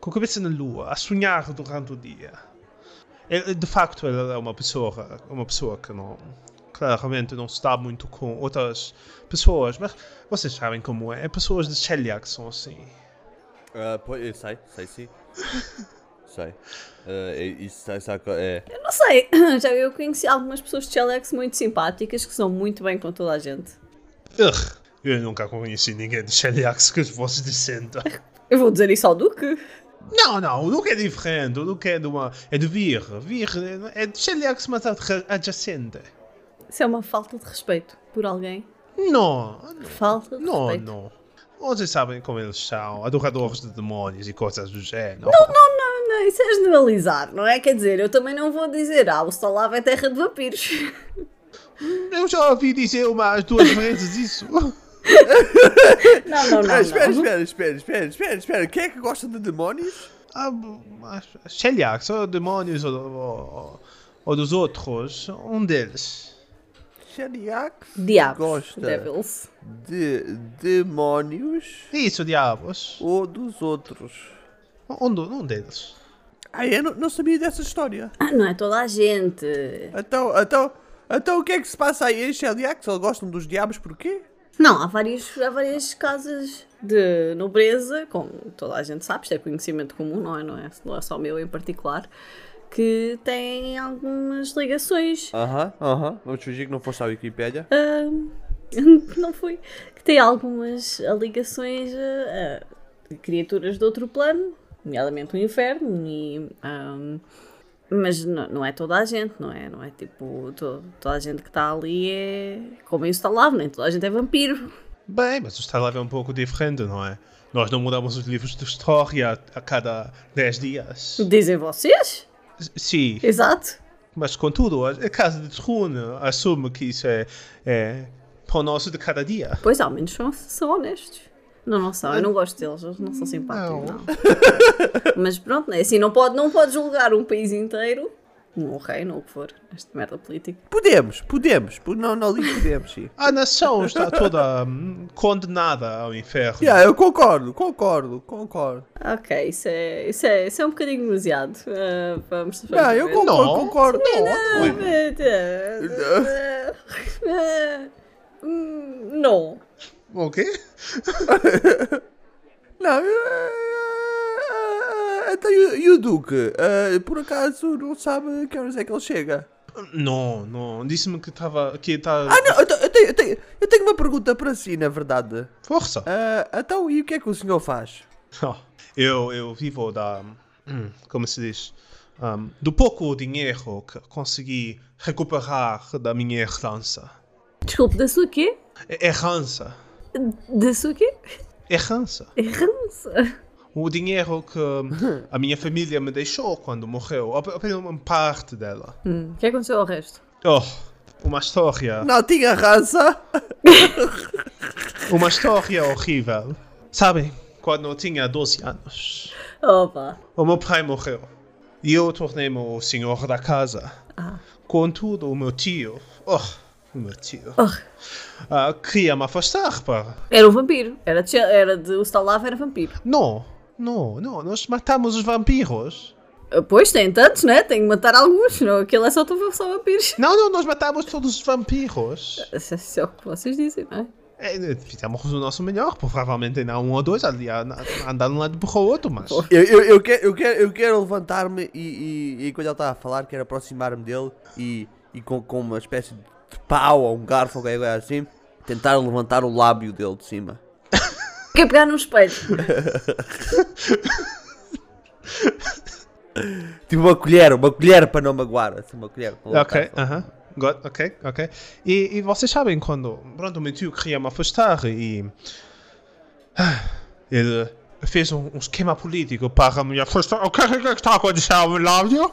Speaker 2: com a cabeça na lua, a sonhar durante o dia. Ele, de facto, ele é uma pessoa, uma pessoa que não, claramente não se dá muito com outras pessoas, mas vocês sabem como é. Pessoas de Celia que são assim.
Speaker 4: Ah, pois, eu sei, sei sim. sei. Ah, é- isso, isso é, é.
Speaker 5: Não sei, já eu conheci algumas pessoas de Chelex muito simpáticas que são muito bem com toda a gente.
Speaker 2: Ugh. Eu nunca conheci ninguém de Sheliax que fosse decente.
Speaker 5: Eu vou dizer isso ao Duque.
Speaker 2: Não, não, o Duque é diferente. O Duque é de uma. É de Vir. Vir é de Sheliax, mas adja- adjacente.
Speaker 5: Isso é uma falta de respeito por alguém.
Speaker 2: Não,
Speaker 5: Falta de
Speaker 2: não,
Speaker 5: respeito.
Speaker 2: não. Vocês sabem como eles são, adoradores de demônios e coisas do género.
Speaker 5: Não, isso é generalizar, não é? Quer dizer, eu também não vou dizer, ah, o Solava é terra de vampiros.
Speaker 2: Eu já ouvi dizer umas duas vezes isso.
Speaker 3: Não, não,
Speaker 4: Ah, espera,
Speaker 3: não. não.
Speaker 4: espera, espera, espera, espera, espera. Quem é que gosta de demónios?
Speaker 2: Ah, mas Sheliax, ou demônios ou, ou- ou dos outros, um deles.
Speaker 4: Xeriax
Speaker 5: Diabos,
Speaker 4: gosta
Speaker 5: devils.
Speaker 4: de demónios
Speaker 2: Isso, diabos.
Speaker 4: ou dos outros?
Speaker 2: Um, do- um deles.
Speaker 4: Ah, eu não, não sabia dessa história.
Speaker 5: Ah, não é toda a gente.
Speaker 4: Então, então, então o que é que se passa aí em Xeriax? Eles gostam dos diabos porquê?
Speaker 5: Não, há várias, há várias casas de nobreza, como toda a gente sabe, isto é conhecimento comum, não é? Não é, não é só meu em particular, que têm algumas ligações. ah,
Speaker 4: Aham, aham. Vamos fingir que não foste à Wikipédia.
Speaker 5: não foi? Que têm algumas ligações a, a criaturas de outro plano, nomeadamente o inferno, e. ahm, mas não, não é toda a gente, não é? Não é tipo, to- toda a gente que está ali é. Como eu instalava, nem toda a gente é vampiro.
Speaker 2: Bem, mas o Starlab é um pouco diferente, não é? Nós não mudamos os livros de história a, a cada 10 dias.
Speaker 5: Dizem vocês?
Speaker 2: S- Sim,
Speaker 5: Exato.
Speaker 2: mas contudo, a, a casa de Trune assume que isso é, é pão nosso de cada dia.
Speaker 5: Pois ao menos são, são honestos. Não, não são, eu não gosto deles, eles não são simpáticos, não.
Speaker 2: Não.
Speaker 5: Mas pronto, é assim, não pode, não pode julgar um país inteiro, um reino, ou o que for, esta merda política.
Speaker 4: Podemos, podemos. po- Não, não ali podemos, sim.
Speaker 2: A nação Ah, está toda hum, condenada ao inferno.
Speaker 4: Yeah, eu concordo, concordo, concordo.
Speaker 5: Ok, isso é, isso é, isso é um bocadinho demasiado. Ah, vamos vamos
Speaker 4: Yeah, eu
Speaker 5: ver.
Speaker 4: concordo,
Speaker 2: Não.
Speaker 4: concordo.
Speaker 5: Ah, ah, ah, ah, hum, Não.
Speaker 2: O quê?
Speaker 4: Não, eu- eh, eh, então, e o- e o Duque? Eh, por acaso não sabe a que horas é que ele chega?
Speaker 2: Não, não. Disse-me que estava. que tá está.
Speaker 4: Ah, não, eu, te- eu tenho, eu, tenho, eu tenho uma pergunta para si, na verdade.
Speaker 2: Força!
Speaker 4: Eh, então, e o que é que o senhor faz?
Speaker 2: Oh, eu, eu vivo da. hum, Como se diz? Hum, do pouco dinheiro que consegui recuperar da minha herança.
Speaker 5: Desculpe, da sua quê?
Speaker 2: É- Errança.
Speaker 5: Da sua quê?
Speaker 2: Errança.
Speaker 5: Errança.
Speaker 2: O dinheiro que hum, a minha família me deixou quando morreu. ap- Apenas uma parte dela.
Speaker 5: Hum, O que aconteceu ao resto?
Speaker 2: Oh, uma história.
Speaker 4: Não tinha raça?
Speaker 2: Uma história horrível. Sabem, quando eu tinha 12 anos,
Speaker 5: Opa.
Speaker 2: o meu pai morreu. E eu tornei-me o senhor da casa.
Speaker 5: Ah.
Speaker 2: Contudo, o meu tio. Oh, o meu tio.
Speaker 5: Oh.
Speaker 2: Ah, queria me afastar para.
Speaker 5: Era um vampiro. Era de, era de o Stalava era vampiro.
Speaker 2: Não, não, não, nós matamos os vampiros.
Speaker 5: Ah, Pois, tem tantos, né? Tem que matar alguns, não? Aquilo é só, tu- só vampiros.
Speaker 2: Não, não, nós matamos todos os vampiros.
Speaker 5: Isso é- Isso é o que vocês dizem, não é?
Speaker 2: É, né, fizemos o nosso melhor, provavelmente não um ou dois ali a, a- andar de um lado para o outro, mas.
Speaker 4: Eu, eu, eu quero, eu quero, eu quero levantar-me e, e, e quando ele estava a falar, quero aproximar-me dele e, e com, com uma espécie de pau ou um garfo ou qualquer coisa assim, tentar levantar o lábio dele de cima.
Speaker 5: Quer pegar num espelho?
Speaker 4: Tipo uma colher, uma colher para não magoar. Assim, uma colher. para
Speaker 2: Ok,
Speaker 4: levantar só.
Speaker 2: aham. Got- ok, ok. E, e vocês sabem quando. Pronto, o meu tio queria me afastar e. Ah, Ele fez um, um esquema político para me afastar. O que é que está a acontecer ao meu lado?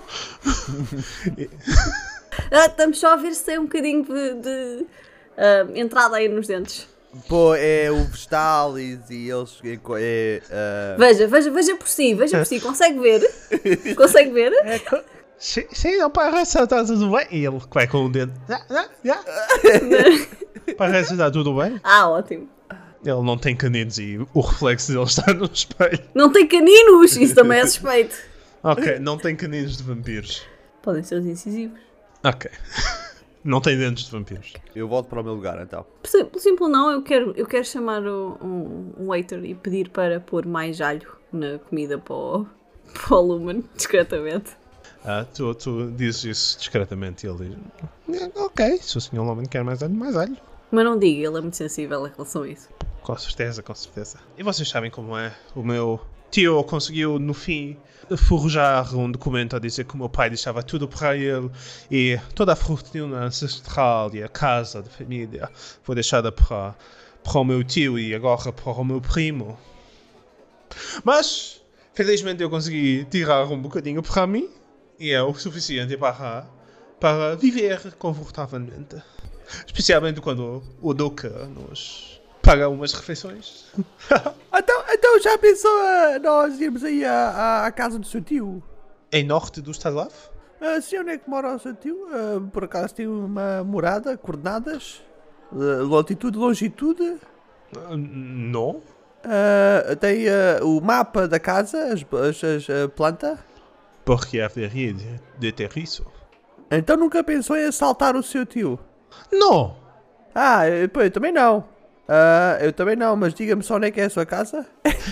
Speaker 5: Ah, estamos só a ver se tem um bocadinho de, de, ah, entrada aí nos dentes.
Speaker 4: Pô, é o Vestalis e eles. É, co- é, ah,
Speaker 5: Veja, veja, veja por si, veja por si. Consegue ver? Consegue ver?
Speaker 2: Sim, sim, não parece que está tudo bem. E ele vai com o dedo. "Ah, ah, ah." parece que está tudo bem.
Speaker 5: Ah, ótimo.
Speaker 2: Ele não tem caninos e o reflexo dele está no espelho.
Speaker 5: Não tem caninos! Isso também é suspeito.
Speaker 2: Ok, não tem caninos de vampiros.
Speaker 5: Podem ser os incisivos.
Speaker 2: Ok. Não tem dentes de vampiros.
Speaker 4: eu volto para o meu lugar então.
Speaker 5: Por si- Por simples não, eu quero, eu quero chamar o- um, um waiter e pedir para pôr mais alho na comida para o, para o Lumen, discretamente.
Speaker 2: Ah, tu, tu dizes isso discretamente e ele diz: "Hum, Ok, se o senhor Loman quer mais alho, mais alho.
Speaker 5: Mas não diga, ele é muito sensível em relação a isso.
Speaker 2: Com certeza, com certeza. E vocês sabem como é. O meu tio conseguiu, no fim, forjar um documento a dizer que o meu pai deixava tudo para ele e toda a fortuna ancestral e a casa da família foi deixada para, para o meu tio e agora para o meu primo. Mas, felizmente, eu consegui tirar um bocadinho para mim e é o suficiente para, para viver confortavelmente. Especialmente quando o Doka nos paga umas refeições.
Speaker 4: Então, então já pensou ah, nós irmos aí à, à- à casa do seu tio?
Speaker 2: Em norte do Stadlav?
Speaker 4: Ah, sei onde é que mora o seu tio? Ah, por acaso tem uma morada, coordenadas? Ah, Longitude, longitude?
Speaker 2: Ah, Não.
Speaker 4: Ah, tem ah, o mapa da casa, as, as, as, a planta?
Speaker 2: Porque haveria de, de ter isso.
Speaker 4: Então nunca pensou em assaltar o seu tio?
Speaker 2: Não!
Speaker 4: Ah, eu, pô, eu também não. Ah, eu também não, mas diga-me só onde é que é a sua casa?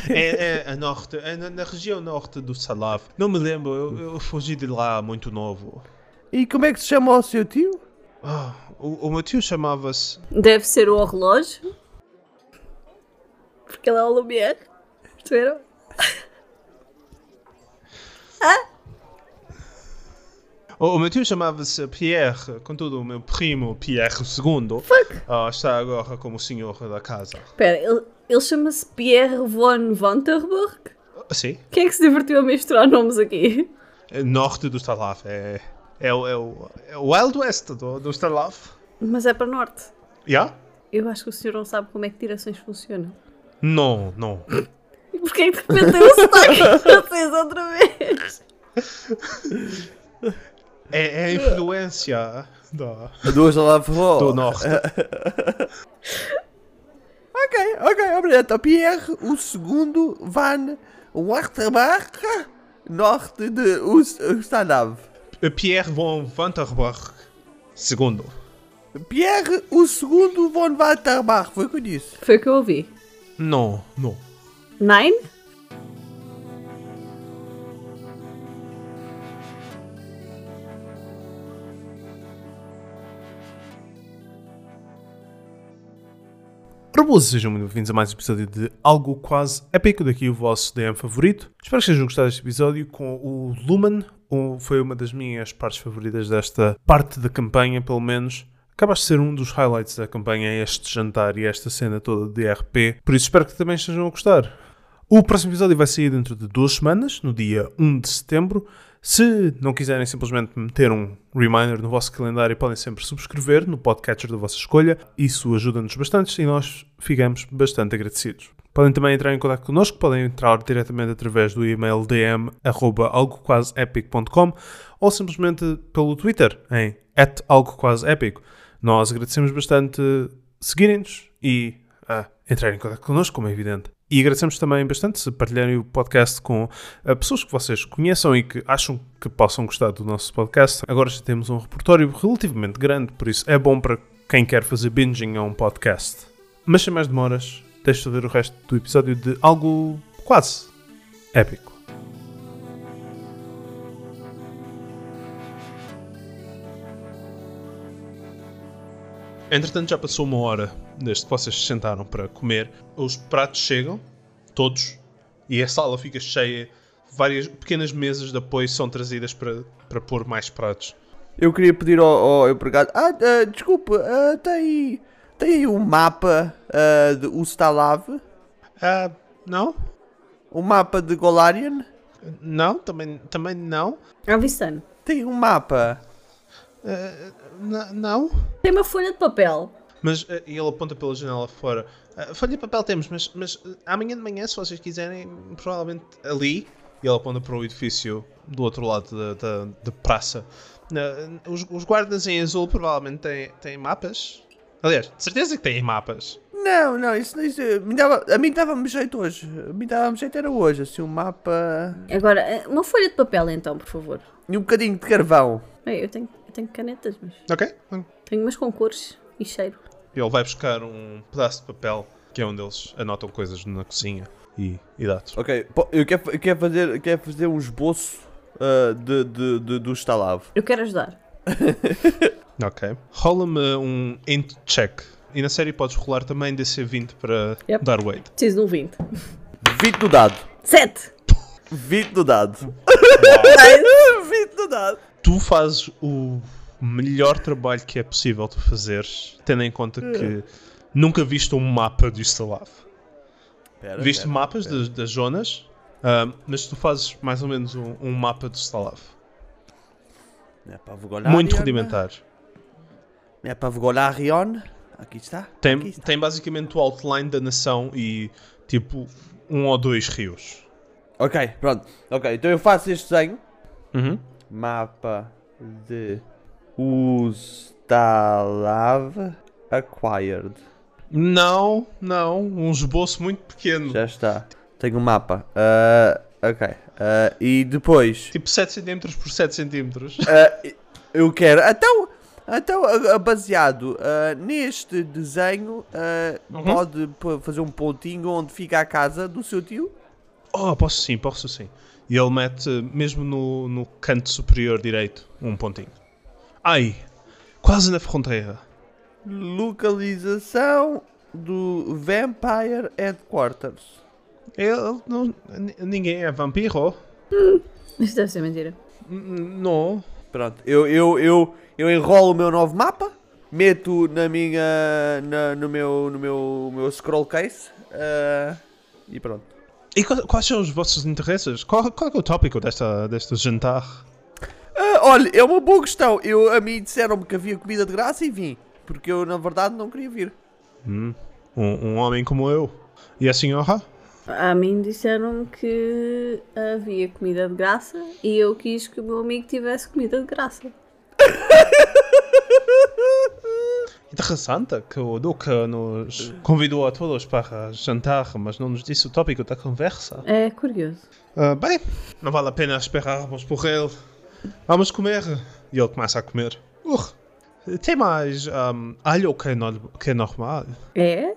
Speaker 2: É, é a norte, é na, na região norte do Salav. Não me lembro, eu, eu fugi de lá muito novo.
Speaker 4: E como é que se chama o seu tio?
Speaker 2: Ah, o, o meu tio chamava-se.
Speaker 5: Deve ser o relógio. Porque ele é o Lumière. Perceberam?
Speaker 2: O, o meu tio chamava-se Pierre, contudo, o meu primo Pierre II ah, está agora como senhor da casa.
Speaker 5: Espera, ele, ele chama-se Pierre von Vanterburg?
Speaker 2: Ah, Sim?
Speaker 5: Quem é que se divertiu a misturar nomes aqui?
Speaker 2: É norte do Stalav. É, é, o- é, o- é o Wild West do, do Stalav.
Speaker 5: Mas é para norte.
Speaker 2: Já?
Speaker 5: Eu acho que o senhor não sabe como é que direções funcionam.
Speaker 2: Não, não.
Speaker 5: E Porquê é que de repente deu o sotaque de vocês outra vez?
Speaker 2: É, é a influência da,
Speaker 6: Duas lá fora.
Speaker 4: Oh.
Speaker 2: do norte.
Speaker 4: Ok, ok, obrigado. Então, Pierre, o segundo Van Wartenberg, norte de Us- Ustanav.
Speaker 2: Pierre von Vanterberg II.
Speaker 4: Pierre, o segundo Von Wartenberg, foi o que eu disse.
Speaker 5: Foi o que eu ouvi.
Speaker 2: Não, não.
Speaker 5: Nine?
Speaker 2: Rabulosos, sejam muito bem-vindos a mais um episódio de Algo Quase Épico, daqui o vosso DM favorito. Espero que estejam gostado deste episódio com o Lumen, um- foi uma das minhas partes favoritas desta parte da campanha, pelo menos. Acabaste de ser um dos highlights da campanha, este jantar e esta cena toda de RP, por isso espero que também estejam a gostar. O próximo episódio vai sair dentro de duas semanas, no dia 1 de setembro. Se não quiserem simplesmente meter um reminder no vosso calendário, podem sempre subscrever no podcatcher da vossa escolha. Isso ajuda-nos bastante e nós ficamos bastante agradecidos. Podem também entrar em contato connosco, podem entrar diretamente através do e-mail dm.algoquaseepic.com ou simplesmente pelo Twitter em algoquaseepic. Nós agradecemos bastante seguirem-nos e a entrar em contato connosco, como é evidente. E agradecemos também bastante se partilharem o podcast com ah, pessoas que vocês conheçam e que acham que possam gostar do nosso podcast. Agora já temos um repertório relativamente grande, por isso é bom para quem quer fazer binging a um podcast. Mas sem mais demoras, deixo ver o resto do episódio de algo quase épico. Entretanto, já passou uma hora desde que vocês se sentaram para comer. Os pratos chegam, todos, e a sala fica cheia. Várias pequenas mesas de apoio são trazidas para, para pôr mais pratos.
Speaker 4: Eu queria pedir ao, ao empregado. Ah, ah, desculpe, ah, tem, aí- tem aí um mapa ah, de Ustalav?
Speaker 2: Ah, não?
Speaker 4: Um mapa de Golarian?
Speaker 2: Não? Também, também não?
Speaker 5: Avistano.
Speaker 4: Tem um mapa.
Speaker 2: N- não?
Speaker 5: Tem uma folha de papel.
Speaker 2: Mas ah, e ele aponta pela janela fora. Ah, folha de papel temos, mas, mas ah, amanhã de manhã, se vocês quiserem, provavelmente ali. E ele aponta para o edifício do outro lado da, da, da praça. Ah, os, os guardas em azul provavelmente têm, têm mapas. Aliás, de certeza que têm mapas.
Speaker 4: Não, não, isso, isso me dava, a mim dava-me jeito hoje. A mim dava-me jeito era hoje, assim, um mapa.
Speaker 5: Agora, eh, uma folha de papel então, por favor.
Speaker 4: E um bocadinho de carvão.
Speaker 5: Bem, eu tenho, eu tenho canetas, mas
Speaker 2: Ok?
Speaker 5: tenho umas com cores e cheiro.
Speaker 2: Ele vai buscar um pedaço de papel, que é onde eles anotam coisas na cozinha. e, e dá-te.
Speaker 4: Ok, po- eu quero, eu quero fazer, eu quero fazer um esboço ah, de, de, de- do Stalavo.
Speaker 5: Eu quero ajudar.
Speaker 2: Ok. Rola-me um int check. E na série podes rolar também DC20 para
Speaker 5: Yep.
Speaker 2: dar weight.
Speaker 5: Preciso de um 20.
Speaker 4: 20 do dado.
Speaker 5: 7!
Speaker 4: 20 do dado. 20 do dado.
Speaker 2: Tu fazes o melhor trabalho que é possível tu fazeres, tendo em conta
Speaker 4: É.
Speaker 2: que nunca viste um mapa de Istalav.
Speaker 4: Pera,
Speaker 2: Viste
Speaker 4: pera,
Speaker 2: mapas
Speaker 4: pera.
Speaker 2: das, das zonas, ah, mas tu fazes mais ou menos um, um mapa de Istalav.
Speaker 4: Minha Pavgolarion,
Speaker 2: Muito rudimentar.
Speaker 4: Minha Pavgolarion. Aqui está.
Speaker 2: Tem,
Speaker 4: Aqui está.
Speaker 2: tem basicamente o outline da nação e tipo um ou dois rios.
Speaker 4: Ok, pronto. Ok, então eu faço este desenho.
Speaker 2: Uhum.
Speaker 4: Mapa de Ustalav Acquired.
Speaker 2: Não, não, um esboço muito pequeno.
Speaker 4: Já está. Tenho um mapa. Ah, ok. Ah, e depois.
Speaker 2: Tipo 7 cm por 7 cm.
Speaker 4: Ah, eu quero. Então, então ah, ah, baseado ah, neste desenho, ah,
Speaker 2: Uhum.
Speaker 4: pode p- fazer um pontinho onde fica a casa do seu tio?
Speaker 2: Oh, posso sim, posso sim. E ele mete eh, mesmo no, no canto superior direito um pontinho. Ai, quase na fronteira.
Speaker 4: Localização do Vampire Headquarters.
Speaker 2: Ele não. n- Ninguém é vampiro?
Speaker 5: Isto deve ser mentira.
Speaker 2: N- n- Não.
Speaker 4: Pronto, eu, eu, eu, eu enrolo o meu novo mapa, meto na minha. na- no meu, no meu, meu scroll case ah, e pronto.
Speaker 2: E quais, quais são os vossos interesses? Qual, qual é que é o tópico desta, deste jantar?
Speaker 4: Ah, olha, é uma boa questão. Eu, a mim disseram-me que havia comida de graça e vim. Porque eu, na verdade, não queria vir.
Speaker 2: Um, um homem como eu. E a senhora?
Speaker 5: A mim disseram que havia comida de graça e eu quis que o meu amigo tivesse comida de graça.
Speaker 2: Interessante que o Duca nos convidou a todos para jantar, mas não nos disse o tópico da conversa.
Speaker 5: É curioso.
Speaker 2: Ah, bem, não vale a pena esperarmos por ele. Vamos comer. E ele começa a comer. Uh, tem mais ahm, alho que, é no- que é normal?
Speaker 5: É?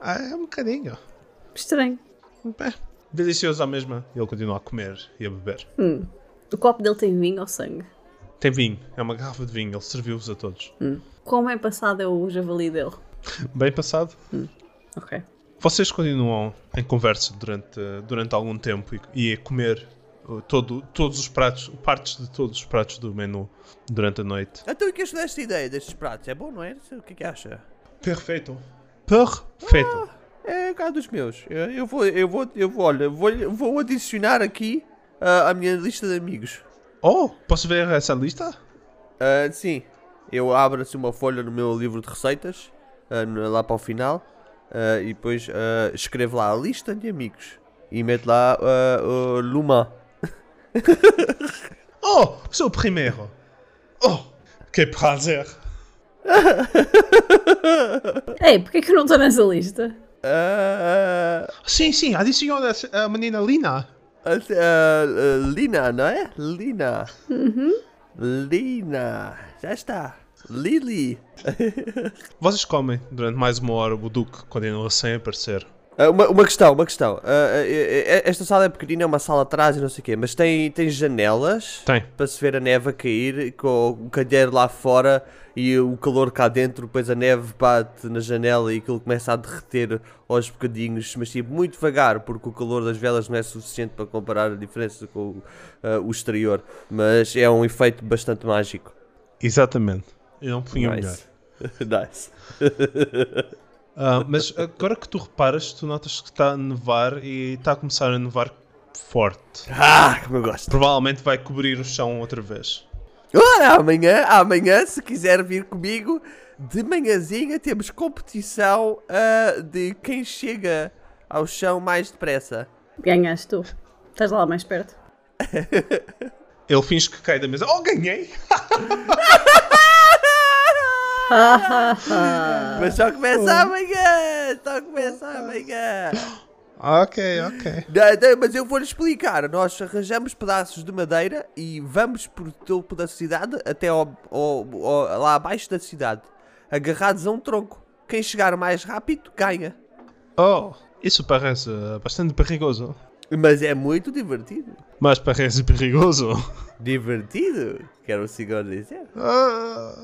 Speaker 2: Ah, é um bocadinho.
Speaker 5: Estranho.
Speaker 2: Bem, delicioso à mesma. E ele continua a comer e a beber.
Speaker 5: O copo dele tem vinho ou sangue?
Speaker 2: Tem vinho. É uma garrafa de vinho. Ele serviu-vos a todos.
Speaker 5: Como é passado é o javali dele?
Speaker 2: Bem passado.
Speaker 5: Ok.
Speaker 2: Vocês continuam em conversa durante, durante algum tempo e, e a comer uh, todo, todos os pratos, partes de todos os pratos do menu durante a noite.
Speaker 4: Então, o que achas desta ideia destes pratos? É bom, não é? O que é que acha?
Speaker 2: Perfeito. Perfeito.
Speaker 4: É um bocado dos meus. Eu, eu vou, eu vou, eu vou, olha, vou, vou adicionar aqui ah, à minha lista de amigos.
Speaker 2: Oh, posso ver essa lista?
Speaker 4: Ah, sim, eu abro assim uma folha no meu livro de receitas, ah, no- lá para o final, ah, e depois ah, escrevo lá a lista de amigos. E meto lá ah, o Luma.
Speaker 2: Oh, sou o primeiro. Oh, que prazer.
Speaker 5: Ei, porquê que eu não estou nessa lista?
Speaker 4: Ah,
Speaker 2: Sim, sim, adiciona a se- a menina Lina.
Speaker 4: ah, ah, ah, Lina, não é? Lina. Lina. Já está. Lily.
Speaker 2: Vocês comem durante mais uma hora. O Duque continua sem aparecer.
Speaker 4: Ah, Uma, uma questão, uma questão. Ah, ah, eh, eh, esta sala é pequenina, é uma sala atrás e não sei o quê, mas tem, tem janelas
Speaker 2: Tem.
Speaker 4: para se ver a neve a cair, com o calheiro lá fora e o calor cá dentro, depois a neve bate na janela e aquilo começa a derreter aos bocadinhos, mas tipo muito devagar, porque o calor das velas não é suficiente para comparar a diferença com ah, o exterior, mas é um efeito bastante mágico.
Speaker 2: Exatamente. Eu não punha melhor.
Speaker 4: nice. nice.
Speaker 2: Ah, mas agora que tu reparas, tu notas que está a nevar e está a começar a nevar forte.
Speaker 4: Ah, como eu gosto.
Speaker 2: Provavelmente vai cobrir o chão outra vez.
Speaker 4: Ora, amanhã, amanhã, se quiser vir comigo, de manhãzinha temos competição ah, de quem chega ao chão mais depressa.
Speaker 5: Ganhaste tu. Estás lá mais perto.
Speaker 2: Ele finge que cai da mesa. Oh, ganhei!
Speaker 4: Mas só começa amanhã! Só começa amanhã!
Speaker 2: Ok, ok.
Speaker 4: Não, não, mas eu vou-lhe explicar. Nós arranjamos pedaços de madeira e vamos por topo da cidade até ao- ao- ao- lá abaixo da cidade, agarrados a um tronco. Quem chegar mais rápido ganha.
Speaker 2: Oh, Isso parece eh, bastante perigoso.
Speaker 4: Mas é muito divertido.
Speaker 2: Mas parece perigoso.
Speaker 4: Divertido? Quero o senhor dizer.
Speaker 2: Ah,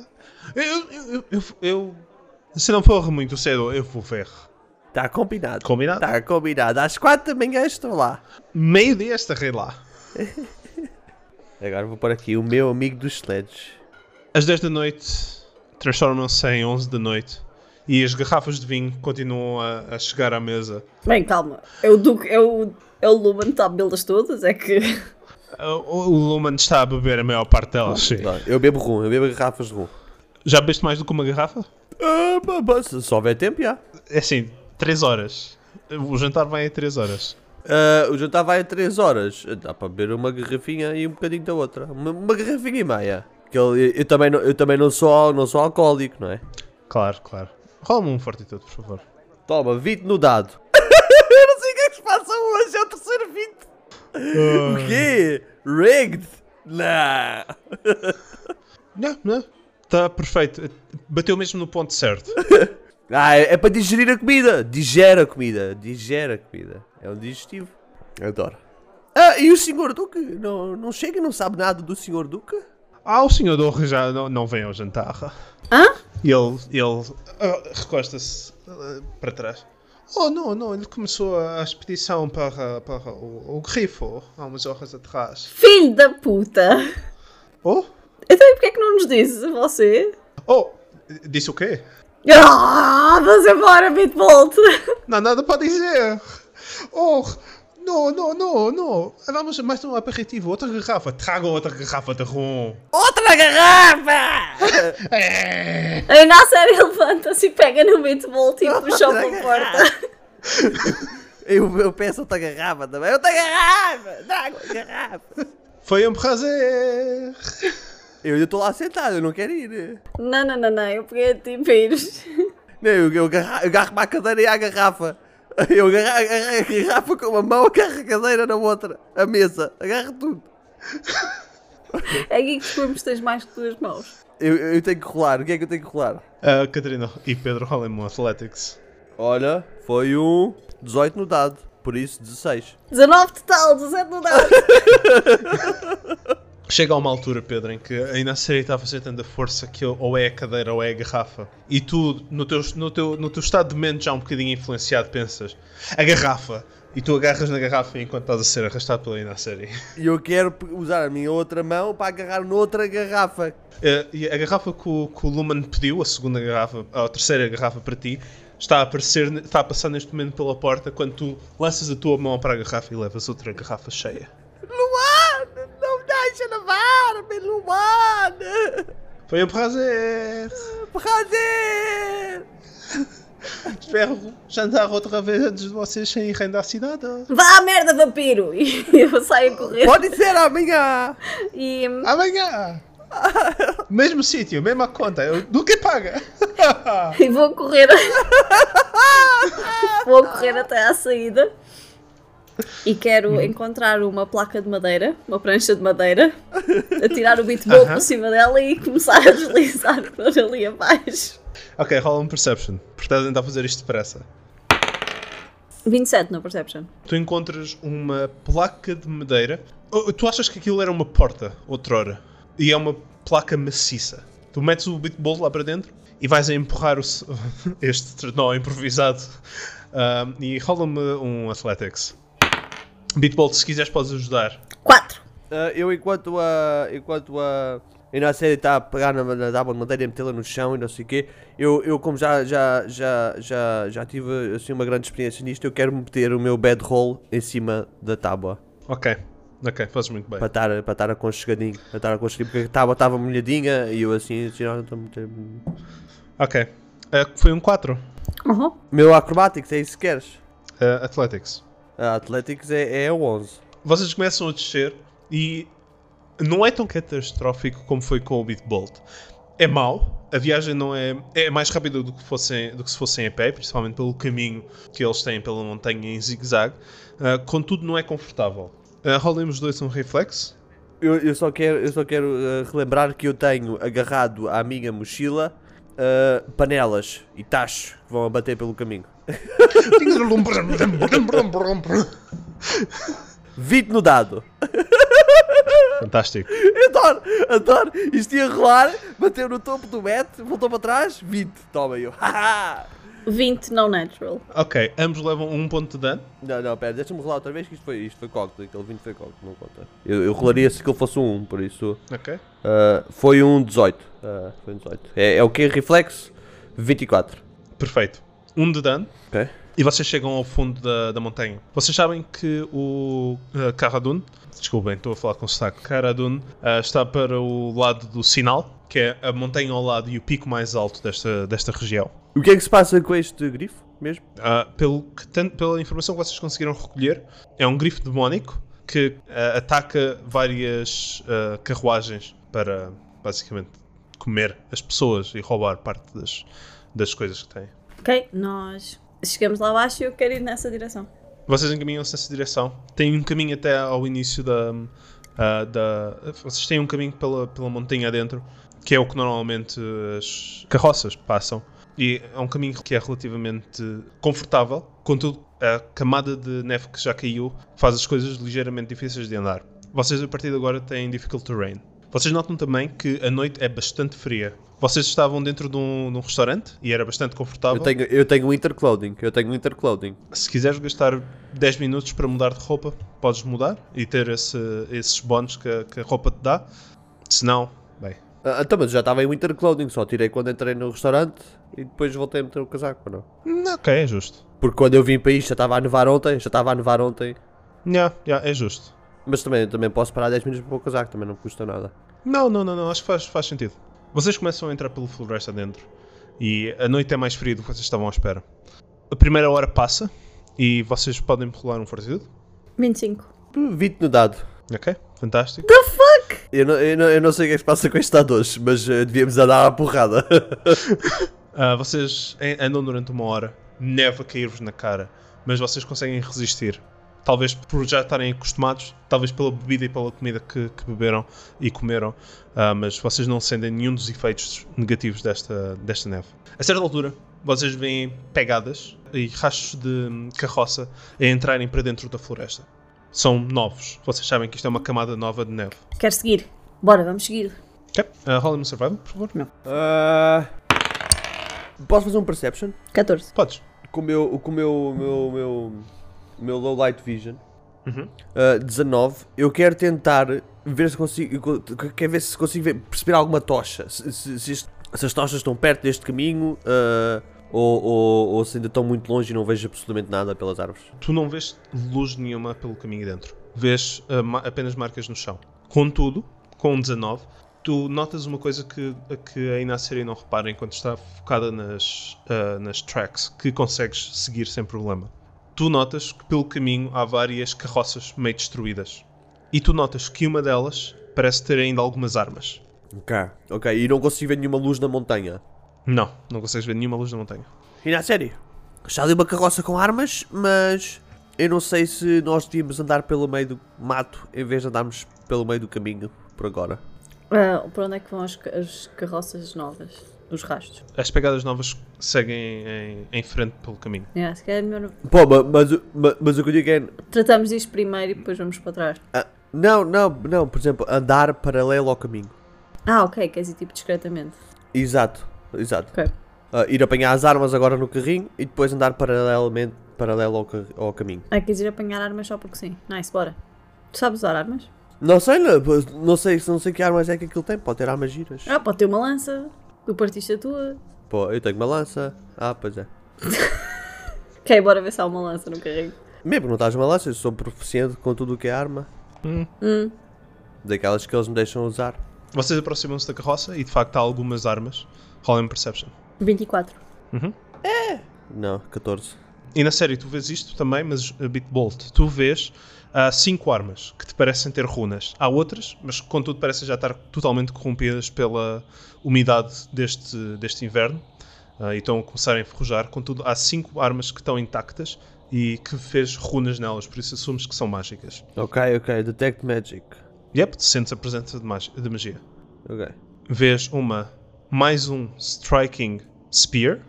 Speaker 2: eu, eu, eu, eu- eu- Se não for muito cedo, eu vou ver.
Speaker 4: Tá combinado.
Speaker 2: Combinado?
Speaker 4: Tá combinado. Às quatro da manhã estou lá.
Speaker 2: Meio-dia estarei lá.
Speaker 4: Agora vou pôr aqui o meu amigo dos sleds.
Speaker 2: Às 10 da noite, transformam-se em 11 da noite. E as garrafas de vinho continuam a, a chegar à mesa.
Speaker 5: Bem, calma. É o Duque, é o, é o Lumen, está a bebê-las todas, é que...
Speaker 2: Ah, O, o Luman está a beber a maior parte delas, sim.
Speaker 4: Não, eu bebo rum, eu bebo garrafas de rum.
Speaker 2: Já bebeste mais do que uma garrafa?
Speaker 4: Ah, pá, pá, se só houver tempo, já.
Speaker 2: É assim, 3 horas. O jantar vai em 3 horas.
Speaker 4: Ah, o jantar vai a 3 horas. Dá para beber uma garrafinha e um bocadinho da outra. Uma, uma garrafinha e meia. Que Eu, eu também, não, eu também não, sou, al- não sou alcoólico, não é?
Speaker 2: Claro, claro. Rola-me um fortitude, por favor.
Speaker 4: Toma, 20 no dado. eu não sei o que é que se passa hoje, é o terceiro 20.
Speaker 2: Ah,
Speaker 4: O quê? Rigged? Não.
Speaker 2: Não, não. Está Tá perfeito. Bateu mesmo no ponto certo.
Speaker 4: Ah, é, é para digerir a comida. Digera a comida. Digera a comida. É um digestivo. Adoro. Ah, e o Sr. Duque? Não, não chega e não sabe nada do Sr. Duque?
Speaker 2: Ah, o senhor Dorre já não, não vem ao jantar.
Speaker 5: Hã?
Speaker 2: E ele, ele ah, recosta-se ah, para trás. Oh, não, não, ele começou a expedição para, para o, o grifo há umas horas atrás.
Speaker 5: Filho da puta!
Speaker 2: Oh?
Speaker 5: Então e porquê é que não nos dizes a você?
Speaker 2: Oh! Disse o quê?
Speaker 5: Ah, vamos embora, Bitbolt!
Speaker 2: Não há nada para dizer! Oh! Não, não, não, não! Vamos mais um aperitivo, outra garrafa. Tragam outra garrafa de rum.
Speaker 5: Outra garrafa!
Speaker 2: É.
Speaker 5: Ainda a sério, levanta-se e pega no Bitbolt e puxa para a porta.
Speaker 4: Eu, eu peço outra garrafa também. Outra garrafa! Trago a garrafa!
Speaker 2: Foi um prazer!
Speaker 4: Eu ainda estou lá sentado, eu não quero ir.
Speaker 5: Não, não, não, não, eu peguei a ti para ires.
Speaker 4: Não, eu, eu, garra- eu agarro-me à cadeira e à garrafa. Eu agarro agarro a garrafa com uma mão, agarro a cadeira na outra. A mesa. Agarro tudo.
Speaker 5: É aqui que descobrimos que tens mais que duas mãos.
Speaker 4: Eu, eu eu tenho que rolar. O que é que eu tenho que rolar?
Speaker 2: Ah, Catarina e Pedro Rolem Athletics.
Speaker 4: Olha, foi um 18 no dado, por isso 16.
Speaker 5: 19 total, 17 não dá.
Speaker 2: Chega a uma altura, Pedro, em que ainda a série está a fazer tanta força que ou é a cadeira ou é a garrafa. E tu, no teu, no teu, no teu estado de mente já um bocadinho influenciado, pensas a garrafa. E tu agarras na garrafa enquanto estás a ser arrastado pela Inasseri.
Speaker 4: E eu quero pe- usar a minha outra mão para agarrar noutra garrafa.
Speaker 2: Eh, E a garrafa que o, que o Luman pediu, a segunda garrafa, a terceira garrafa para ti, está a aparecer, está a passar neste momento pela porta quando tu lanças a tua mão para a garrafa e levas outra garrafa cheia.
Speaker 4: Luana, não me deixa levar-me, Luana!
Speaker 2: Foi um prazer!
Speaker 4: Prazer!
Speaker 2: Espero jantar outra vez antes de vocês saírem da cidade.
Speaker 5: Vá à merda, vampiro! E eu saio a correr.
Speaker 4: Pode ser amanhã!
Speaker 5: E hum,
Speaker 2: Amanhã! mesmo sítio, mesma conta, eu nunca paga!
Speaker 5: e vou correr. vou correr até à saída. E quero encontrar uma placa de madeira, uma prancha de madeira, atirar o beatball por cima dela e começar a deslizar por ali abaixo.
Speaker 2: ok, rola um Perception, porque estás a tentar fazer isto depressa.
Speaker 5: 27 no Perception.
Speaker 2: Tu encontras uma placa de madeira. Oh, Tu achas que aquilo era uma porta, outrora, e é uma placa maciça. Tu metes o bitbol lá para dentro e vais a empurrar o s- este trenó improvisado. Ah, e rola-me um Athletics. Bitbolt, se quiseres, podes ajudar.
Speaker 5: 4.
Speaker 4: Ah, eu enquanto a. enquanto a. E na série está a pegar na, na tábua de madeira e a metê-la no chão e não sei o quê. Eu, eu como já, já, já, já, já tive assim, uma grande experiência nisto, eu quero meter o meu bedroll em cima da tábua.
Speaker 2: Ok, ok, fazes muito bem.
Speaker 4: Para estar, para estar aconchegadinho. Para estar aconchegadinho, porque a tábua estava molhadinha e eu assim. assim não, estou muito-
Speaker 2: Ok, Ah, foi um 4.
Speaker 5: Uhum.
Speaker 4: Meu acrobatics, é isso que queres?
Speaker 2: Ah, athletics.
Speaker 4: Ah, athletics é, é 11.
Speaker 2: vocês começam a descer e não é tão catastrófico como foi com o Bitbolt. É mau, a viagem não é, é mais rápida do que, fossem, do que se fossem a pé, principalmente pelo caminho que eles têm pela montanha em zigue-zague. Ah, contudo, não é confortável. Ah, rolem os dois um reflexo.
Speaker 4: eh, Eu, eu só quero, eu só quero ah, relembrar que eu tenho agarrado à minha mochila ah, panelas e tachos que vão abater pelo caminho. 20 no dado.
Speaker 2: Fantástico.
Speaker 4: Adoro, adoro. Isto ia rolar, bateu no topo do mete, voltou para trás, 20. Toma eu. Haha.
Speaker 5: 20 não natural.
Speaker 2: Ok, ambos levam um ponto de dano.
Speaker 4: Não, não, pera, deixa-me rolar outra vez que isto foi, isto foi cóctel, aquele 20 foi cóctel, não conta. Eu, eu rolaria se aquilo fosse um 1, por isso.
Speaker 2: Ok.
Speaker 4: ah, foi um 18. Ah, foi um 18. É, é o que? Reflexo? 24.
Speaker 2: Perfeito. Um de dano.
Speaker 4: Ok.
Speaker 2: E vocês chegam ao fundo da, da montanha. Vocês sabem que o uh, Caradun, desculpem, estou a falar com sotaque, Caradun ah, está para o lado do sinal, que é a montanha ao lado e o pico mais alto desta, desta região.
Speaker 4: O que é que se passa com este grifo mesmo?
Speaker 2: Ah, pelo que tan- pela informação que vocês conseguiram recolher, é um grifo demónico que ah, ataca várias ah, carruagens para basicamente comer as pessoas e roubar parte das, das coisas que têm.
Speaker 5: Ok, nós chegamos lá abaixo e eu quero ir nessa direção.
Speaker 2: Vocês encaminham-se nessa direção. Tem um caminho até ao início da. ah, da vocês têm um caminho pela, pela montanha adentro, que é o que normalmente as carroças passam. E é um caminho que é relativamente confortável, contudo, a camada de neve que já caiu faz as coisas ligeiramente difíceis de andar. Vocês, a partir de agora, têm difficult terrain. Vocês notam também que a noite é bastante fria. Vocês estavam dentro de um, de um restaurante e era bastante confortável.
Speaker 4: Eu tenho, eu tenho um interclothing, eu tenho um interclothing.
Speaker 2: Se quiseres gastar 10 minutos para mudar de roupa, podes mudar e ter esse- esses bónus que, a- que a roupa te dá. Se não, bem.
Speaker 4: Ah, então, mas eu já estava em winter clothing, só tirei quando entrei no restaurante e depois voltei a meter o casaco, ou não?
Speaker 2: Não, ok, é justo.
Speaker 4: Porque quando eu vim para isto já estava a nevar ontem, já estava a nevar ontem.
Speaker 2: Yeah, yeah, é justo.
Speaker 4: Mas também, também posso parar 10 minutos para pôr o casaco, também não me custa nada.
Speaker 2: Não, não, não, não, acho que faz, faz sentido. Vocês começam a entrar pelo floresta dentro e a noite é mais fria do que vocês estavam à espera. A primeira hora passa e vocês podem rolar um fortitude.
Speaker 5: 25.
Speaker 4: 20 no dado.
Speaker 2: Ok, fantástico.
Speaker 4: Eu não, eu, não, eu não sei o que é que se passa com este dado hoje, mas eh, devíamos andar à porrada.
Speaker 2: Ah, vocês en- andam durante uma hora, neve a cair-vos na cara, mas vocês conseguem resistir. Talvez por já estarem acostumados, talvez pela bebida e pela comida que, que beberam e comeram, ah, mas vocês não sentem nenhum dos efeitos negativos desta, desta neve. A certa altura, vocês veem pegadas e rastros de hum, carroça a entrarem para dentro da floresta. São novos, vocês sabem que isto é uma camada nova de neve.
Speaker 5: Quero seguir. Bora, vamos seguir.
Speaker 2: Ok, uh, rola-me um survival, por favor.
Speaker 4: Ah, posso fazer um perception?
Speaker 5: 14.
Speaker 2: Podes.
Speaker 4: Com o meu, com o meu, meu, meu, meu low light vision.
Speaker 2: Uhum.
Speaker 4: Ah, 19. Eu quero tentar ver se consigo. Quero ver se consigo ver- perceber alguma tocha. Se, se- se isto- se as tochas estão perto deste caminho ah, ou, ou- ou se ainda estão muito longe e não vejo absolutamente nada pelas árvores.
Speaker 2: Tu não vês luz nenhuma pelo caminho dentro. Vês ah, ma- apenas marcas no chão. Contudo, com um 19, tu notas uma coisa que, que ainda a série não repara enquanto está focada nas, ah, nas tracks, que consegues seguir sem problema. Tu notas que pelo caminho há várias carroças meio destruídas. E tu notas que uma delas parece ter ainda algumas armas.
Speaker 4: Ok. Ok, e não consigo ver nenhuma luz na montanha.
Speaker 2: Não, não consegues ver nenhuma luz na montanha.
Speaker 4: E na série? Está ali uma carroça com armas, mas eu não sei se nós devíamos andar pelo meio do mato em vez de andarmos pelo meio do caminho por agora.
Speaker 5: Ah, para onde é que vão as, ca- as carroças novas? Os rastros.
Speaker 2: As pegadas novas seguem em, em frente pelo caminho.
Speaker 5: Yeah, se calhar é melhor.
Speaker 4: Pô, ma- mas, o- ma- mas o que eu digo é.
Speaker 5: Tratamos isto primeiro e depois vamos para trás.
Speaker 4: ah, Não, não, não, por exemplo, andar paralelo ao caminho.
Speaker 5: Ah, ok, queres ir tipo discretamente.
Speaker 4: Exato, exato.
Speaker 5: Ok.
Speaker 4: Ah, ir apanhar as armas agora no carrinho e depois andar paralelamente paralelo ao, ca- ao caminho.
Speaker 5: Ah, queres ir apanhar armas só porque sim. Nice, bora. Tu sabes usar armas?
Speaker 4: Não sei, não, não sei, não sei que armas é que aquilo tem, pode ter armas giras.
Speaker 5: Ah, pode ter uma lança. Tu partiste a tua.
Speaker 4: Pô, eu tenho uma lança. Ah, pois é.
Speaker 5: Ok, bora ver se há uma lança no carrinho.
Speaker 4: Mesmo que não estás mal, eu sou proficiente com tudo o que é arma. Daquelas que eles me deixam usar.
Speaker 2: Vocês aproximam-se da carroça e de facto há algumas armas. Rola em Perception.
Speaker 5: 24.
Speaker 4: Não, 14.
Speaker 2: E na série tu vês isto também, mas a bit bold. Tu vês ah, cinco armas que te parecem ter runas. Há outras, mas que, contudo parecem já estar totalmente corrompidas pela umidade deste, deste inverno ah, e estão a começar a enferrujar. Contudo, há cinco armas que estão intactas e que fez runas nelas, por isso assumes que são mágicas.
Speaker 4: Ok, ok, Detect Magic.
Speaker 2: Yep, sentes a presença de, mag- de magia.
Speaker 4: Ok.
Speaker 2: Vês uma mais um Striking Spear.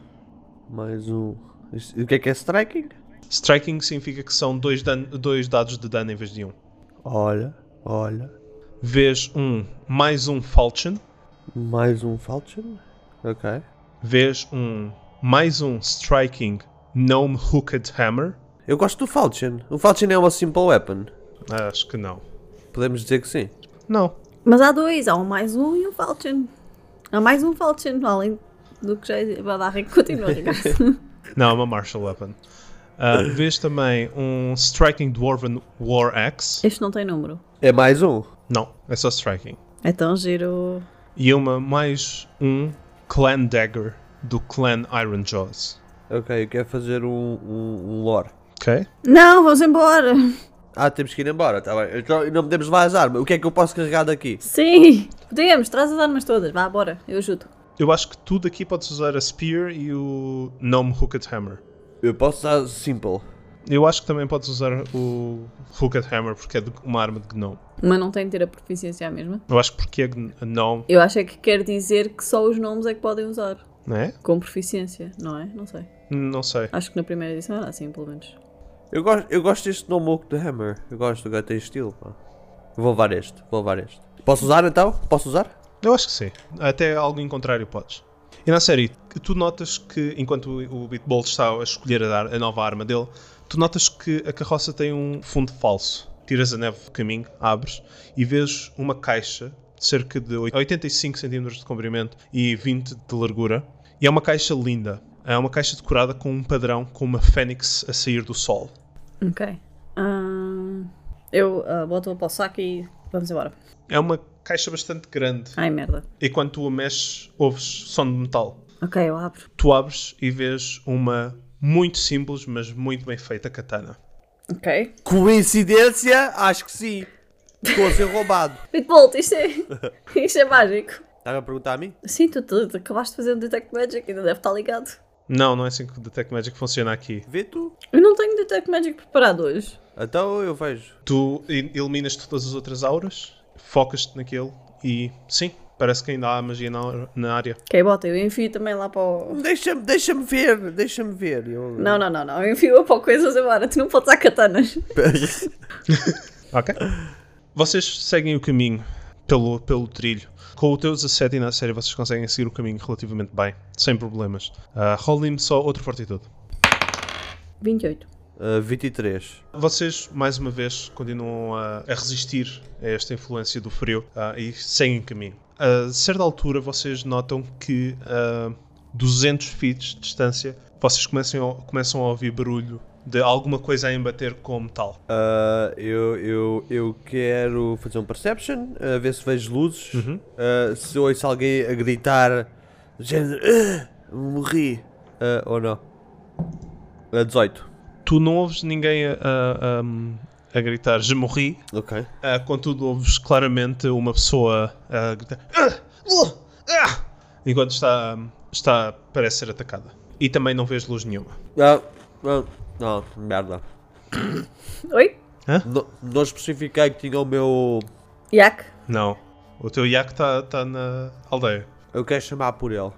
Speaker 4: Mais um. Isto- O que é que é striking?
Speaker 2: Striking significa que são dois, dan- dois dados de dano em vez de um.
Speaker 4: Olha, olha.
Speaker 2: Vês um, mais um Falchion.
Speaker 4: Mais um falchion. Ok.
Speaker 2: Vês um, mais um Striking Gnome Hooked Hammer.
Speaker 4: Eu gosto do falchion. O falchion é uma simple weapon.
Speaker 2: Acho que não.
Speaker 4: Podemos dizer que sim.
Speaker 2: Não.
Speaker 5: Mas há dois, há um mais um e um Falchion. Há mais um Falchion, além do que já é- Badarra continua Ricardo.
Speaker 2: Não, é uma Martial Weapon. Ah, vês também um Striking Dwarven War Axe.
Speaker 5: Este não tem número.
Speaker 4: É mais um.
Speaker 2: Não, é só Striking.
Speaker 5: É tão giro.
Speaker 2: E uma mais um Clan Dagger do Clan Iron Jaws.
Speaker 4: Ok, eu quero fazer um, um, um lore.
Speaker 2: Ok?
Speaker 5: Não, vamos embora!
Speaker 4: Ah, temos que ir embora, tá bem. Então não podemos levar as armas. O que é que eu posso carregar daqui?
Speaker 5: Sim! Podemos, traz as armas todas, vá, bora, eu ajudo.
Speaker 2: Eu acho que tudo aqui podes usar a Spear e o Gnome Hooked Hammer.
Speaker 4: Eu posso usar simple.
Speaker 2: Eu acho que também podes usar o Hooked Hammer porque é de uma arma de Gnome.
Speaker 5: Mas não tem de ter a proficiência à mesma.
Speaker 2: Eu acho que porque é gn- Gnome,
Speaker 5: Eu acho é que quer dizer que só os nomes é que podem usar.
Speaker 2: não é?
Speaker 5: Com proficiência, não é? Não sei.
Speaker 2: Não sei.
Speaker 5: Acho que na primeira edição era assim, pelo menos.
Speaker 4: Eu gosto, eu gosto deste nome Oak the Hammer. Eu gosto do gato tem estilo, pá. Vou levar este, vou levar este. Posso usar então? Posso usar?
Speaker 2: Eu acho que sim. Até algo em contrário podes. E na série, que tu notas que enquanto o o Bitbolt está a escolher a, dar- a nova arma dele, tu notas que a carroça tem um fundo falso. Tiras a neve do caminho, abres e vês uma caixa de cerca de oi- 85 cm de comprimento e 20 de largura. E é uma caixa linda. É uma caixa decorada com um padrão com uma fênix a sair do sol.
Speaker 5: Ok. Ahn, eu ah, boto-a para o saco e vamos embora.
Speaker 2: É uma caixa bastante grande
Speaker 5: Ai, merda.
Speaker 2: e quando tu a mexes, ouves som de metal.
Speaker 5: Ok, eu abro.
Speaker 2: tu abres e vês uma muito simples, mas muito bem feita katana.
Speaker 5: Ok.
Speaker 4: Coincidência? Acho que sim. Estou a ser roubado.
Speaker 5: Pitbolt, isto é, isto é mágico.
Speaker 4: Estava a perguntar a mim?
Speaker 5: Sim, tu, tu- tu acabaste de fazer um Detect Magic, ainda deve estar ligado.
Speaker 2: Não, não é assim que o Detect Magic funciona aqui.
Speaker 4: Vê tu.
Speaker 5: Eu não tenho Detect Magic preparado hoje.
Speaker 4: Então eu vejo.
Speaker 2: Tu e- eliminas todas as outras auras, focas-te naquele e sim, parece que ainda há magia na, aura- na área.
Speaker 5: Ok, bota, eu enfio também lá para o.
Speaker 4: Deixa-me deixa ver, deixa-me ver. Eu...
Speaker 5: Não, não, não, não. Eu enfio para o coisas agora. Tu não podes usar katanas.
Speaker 2: Ok? Vocês seguem o caminho pelo, pelo trilho. Com o teu 17 e na série vocês conseguem seguir o caminho relativamente bem, sem problemas. Uh, Rolim só outro fortitude.
Speaker 5: 28.
Speaker 4: Ah, 23.
Speaker 2: Vocês, mais uma vez, continuam a, a resistir a esta influência do frio ah, e seguem caminho. A certa altura, vocês notam que a 200 feet de distância, vocês começam a, começam a ouvir barulho de alguma coisa a embater com metal.
Speaker 4: Ah, eu, eu, eu quero fazer um perception, ah, ver se vejo luzes. Ah, se ouço alguém a gritar, género, "Ah, morri. Ah, ou não. Ah, 18.
Speaker 2: Tu não ouves ninguém a, a- a- a gritar Je morri,
Speaker 4: Ok.
Speaker 2: ah, contudo, ouves claramente uma pessoa a gritar "Ah! Uh! Ah!", enquanto está, está, parece ser atacada. E também não vês luz nenhuma.
Speaker 4: Ah, não, não, merda.
Speaker 5: Oi?
Speaker 4: Não, não especifiquei que tinha o meu.
Speaker 5: Yak.
Speaker 2: Não. O teu iaco está tá na aldeia.
Speaker 4: Eu quero chamar por ele.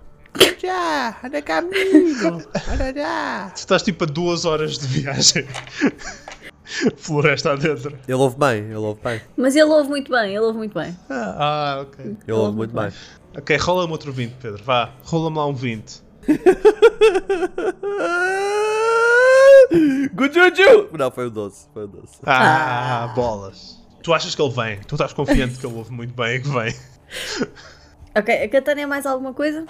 Speaker 7: Já, anda cá, menino. Anda já.
Speaker 2: Tu estás tipo a duas horas de viagem. Floresta adentro.
Speaker 4: Ele ouve bem, ele ouve bem.
Speaker 5: Mas ele ouve muito bem, ele ouve muito bem.
Speaker 2: Ah, ah, ok.
Speaker 4: Ele ouve muito bem.
Speaker 2: Ok, rola-me outro 20, Pedro. Vá, rola-me lá um 20.
Speaker 4: Good Juju! Não, foi o 12, foi o 12.
Speaker 2: Ah, bolas. Tu achas que ele vem? Tu estás confiante que ele ouve muito bem e que vem?
Speaker 5: Ok, a katana é mais alguma coisa?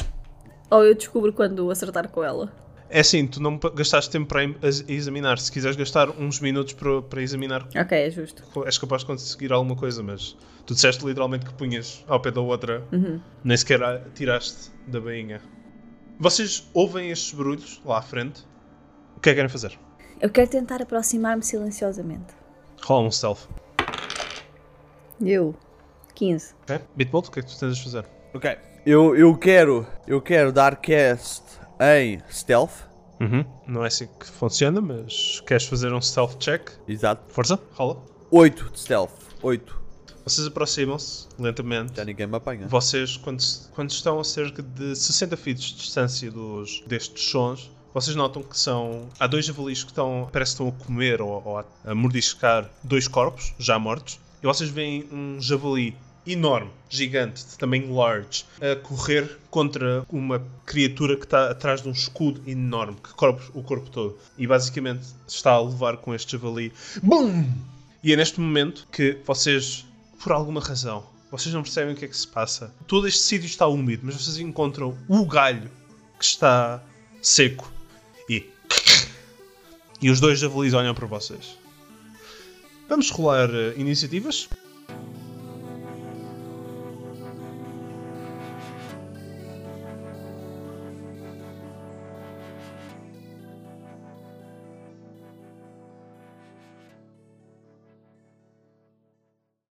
Speaker 5: Ou eu descubro quando acertar com ela?
Speaker 2: É assim, tu não gastaste tempo para em- a examinar. Se quiseres gastar uns minutos para, para examinar,
Speaker 5: Ok, é justo.
Speaker 2: és capaz de conseguir alguma coisa, mas tu disseste literalmente que punhas ao pé da outra, nem sequer a tiraste da bainha. Vocês ouvem estes barulhos lá à frente? O que é que querem fazer?
Speaker 5: Eu quero tentar aproximar-me silenciosamente.
Speaker 2: Rola um stealth.
Speaker 5: Eu. 15.
Speaker 2: Ok? Bitbolt, o que é que tu tentas fazer?
Speaker 4: Ok. Eu, eu quero. Eu quero dar cast em stealth.
Speaker 2: Não é assim que funciona, mas queres fazer um stealth check?
Speaker 4: Exato.
Speaker 2: Força, rola.
Speaker 4: 8 de stealth. 8.
Speaker 2: Vocês aproximam-se lentamente.
Speaker 4: Já ninguém me apanha.
Speaker 2: Vocês, quando, se- quando estão a cerca de 60 feet de distância dos, destes sons, vocês notam que são. Há dois javalis que estão. parece que estão a comer ou, ou a, a mordiscar dois corpos já mortos. E vocês veem um javali enorme, gigante, de tamanho large, a correr contra uma criatura que está atrás de um escudo enorme que cobre o corpo todo. E basicamente está a levar com este javali. BUM! E é neste momento que vocês, por alguma razão, vocês não percebem o que é que se passa. Todo este sítio está úmido, mas vocês encontram o galho que está seco. E. E os dois javalis olham para vocês. Vamos rolar eh, iniciativas.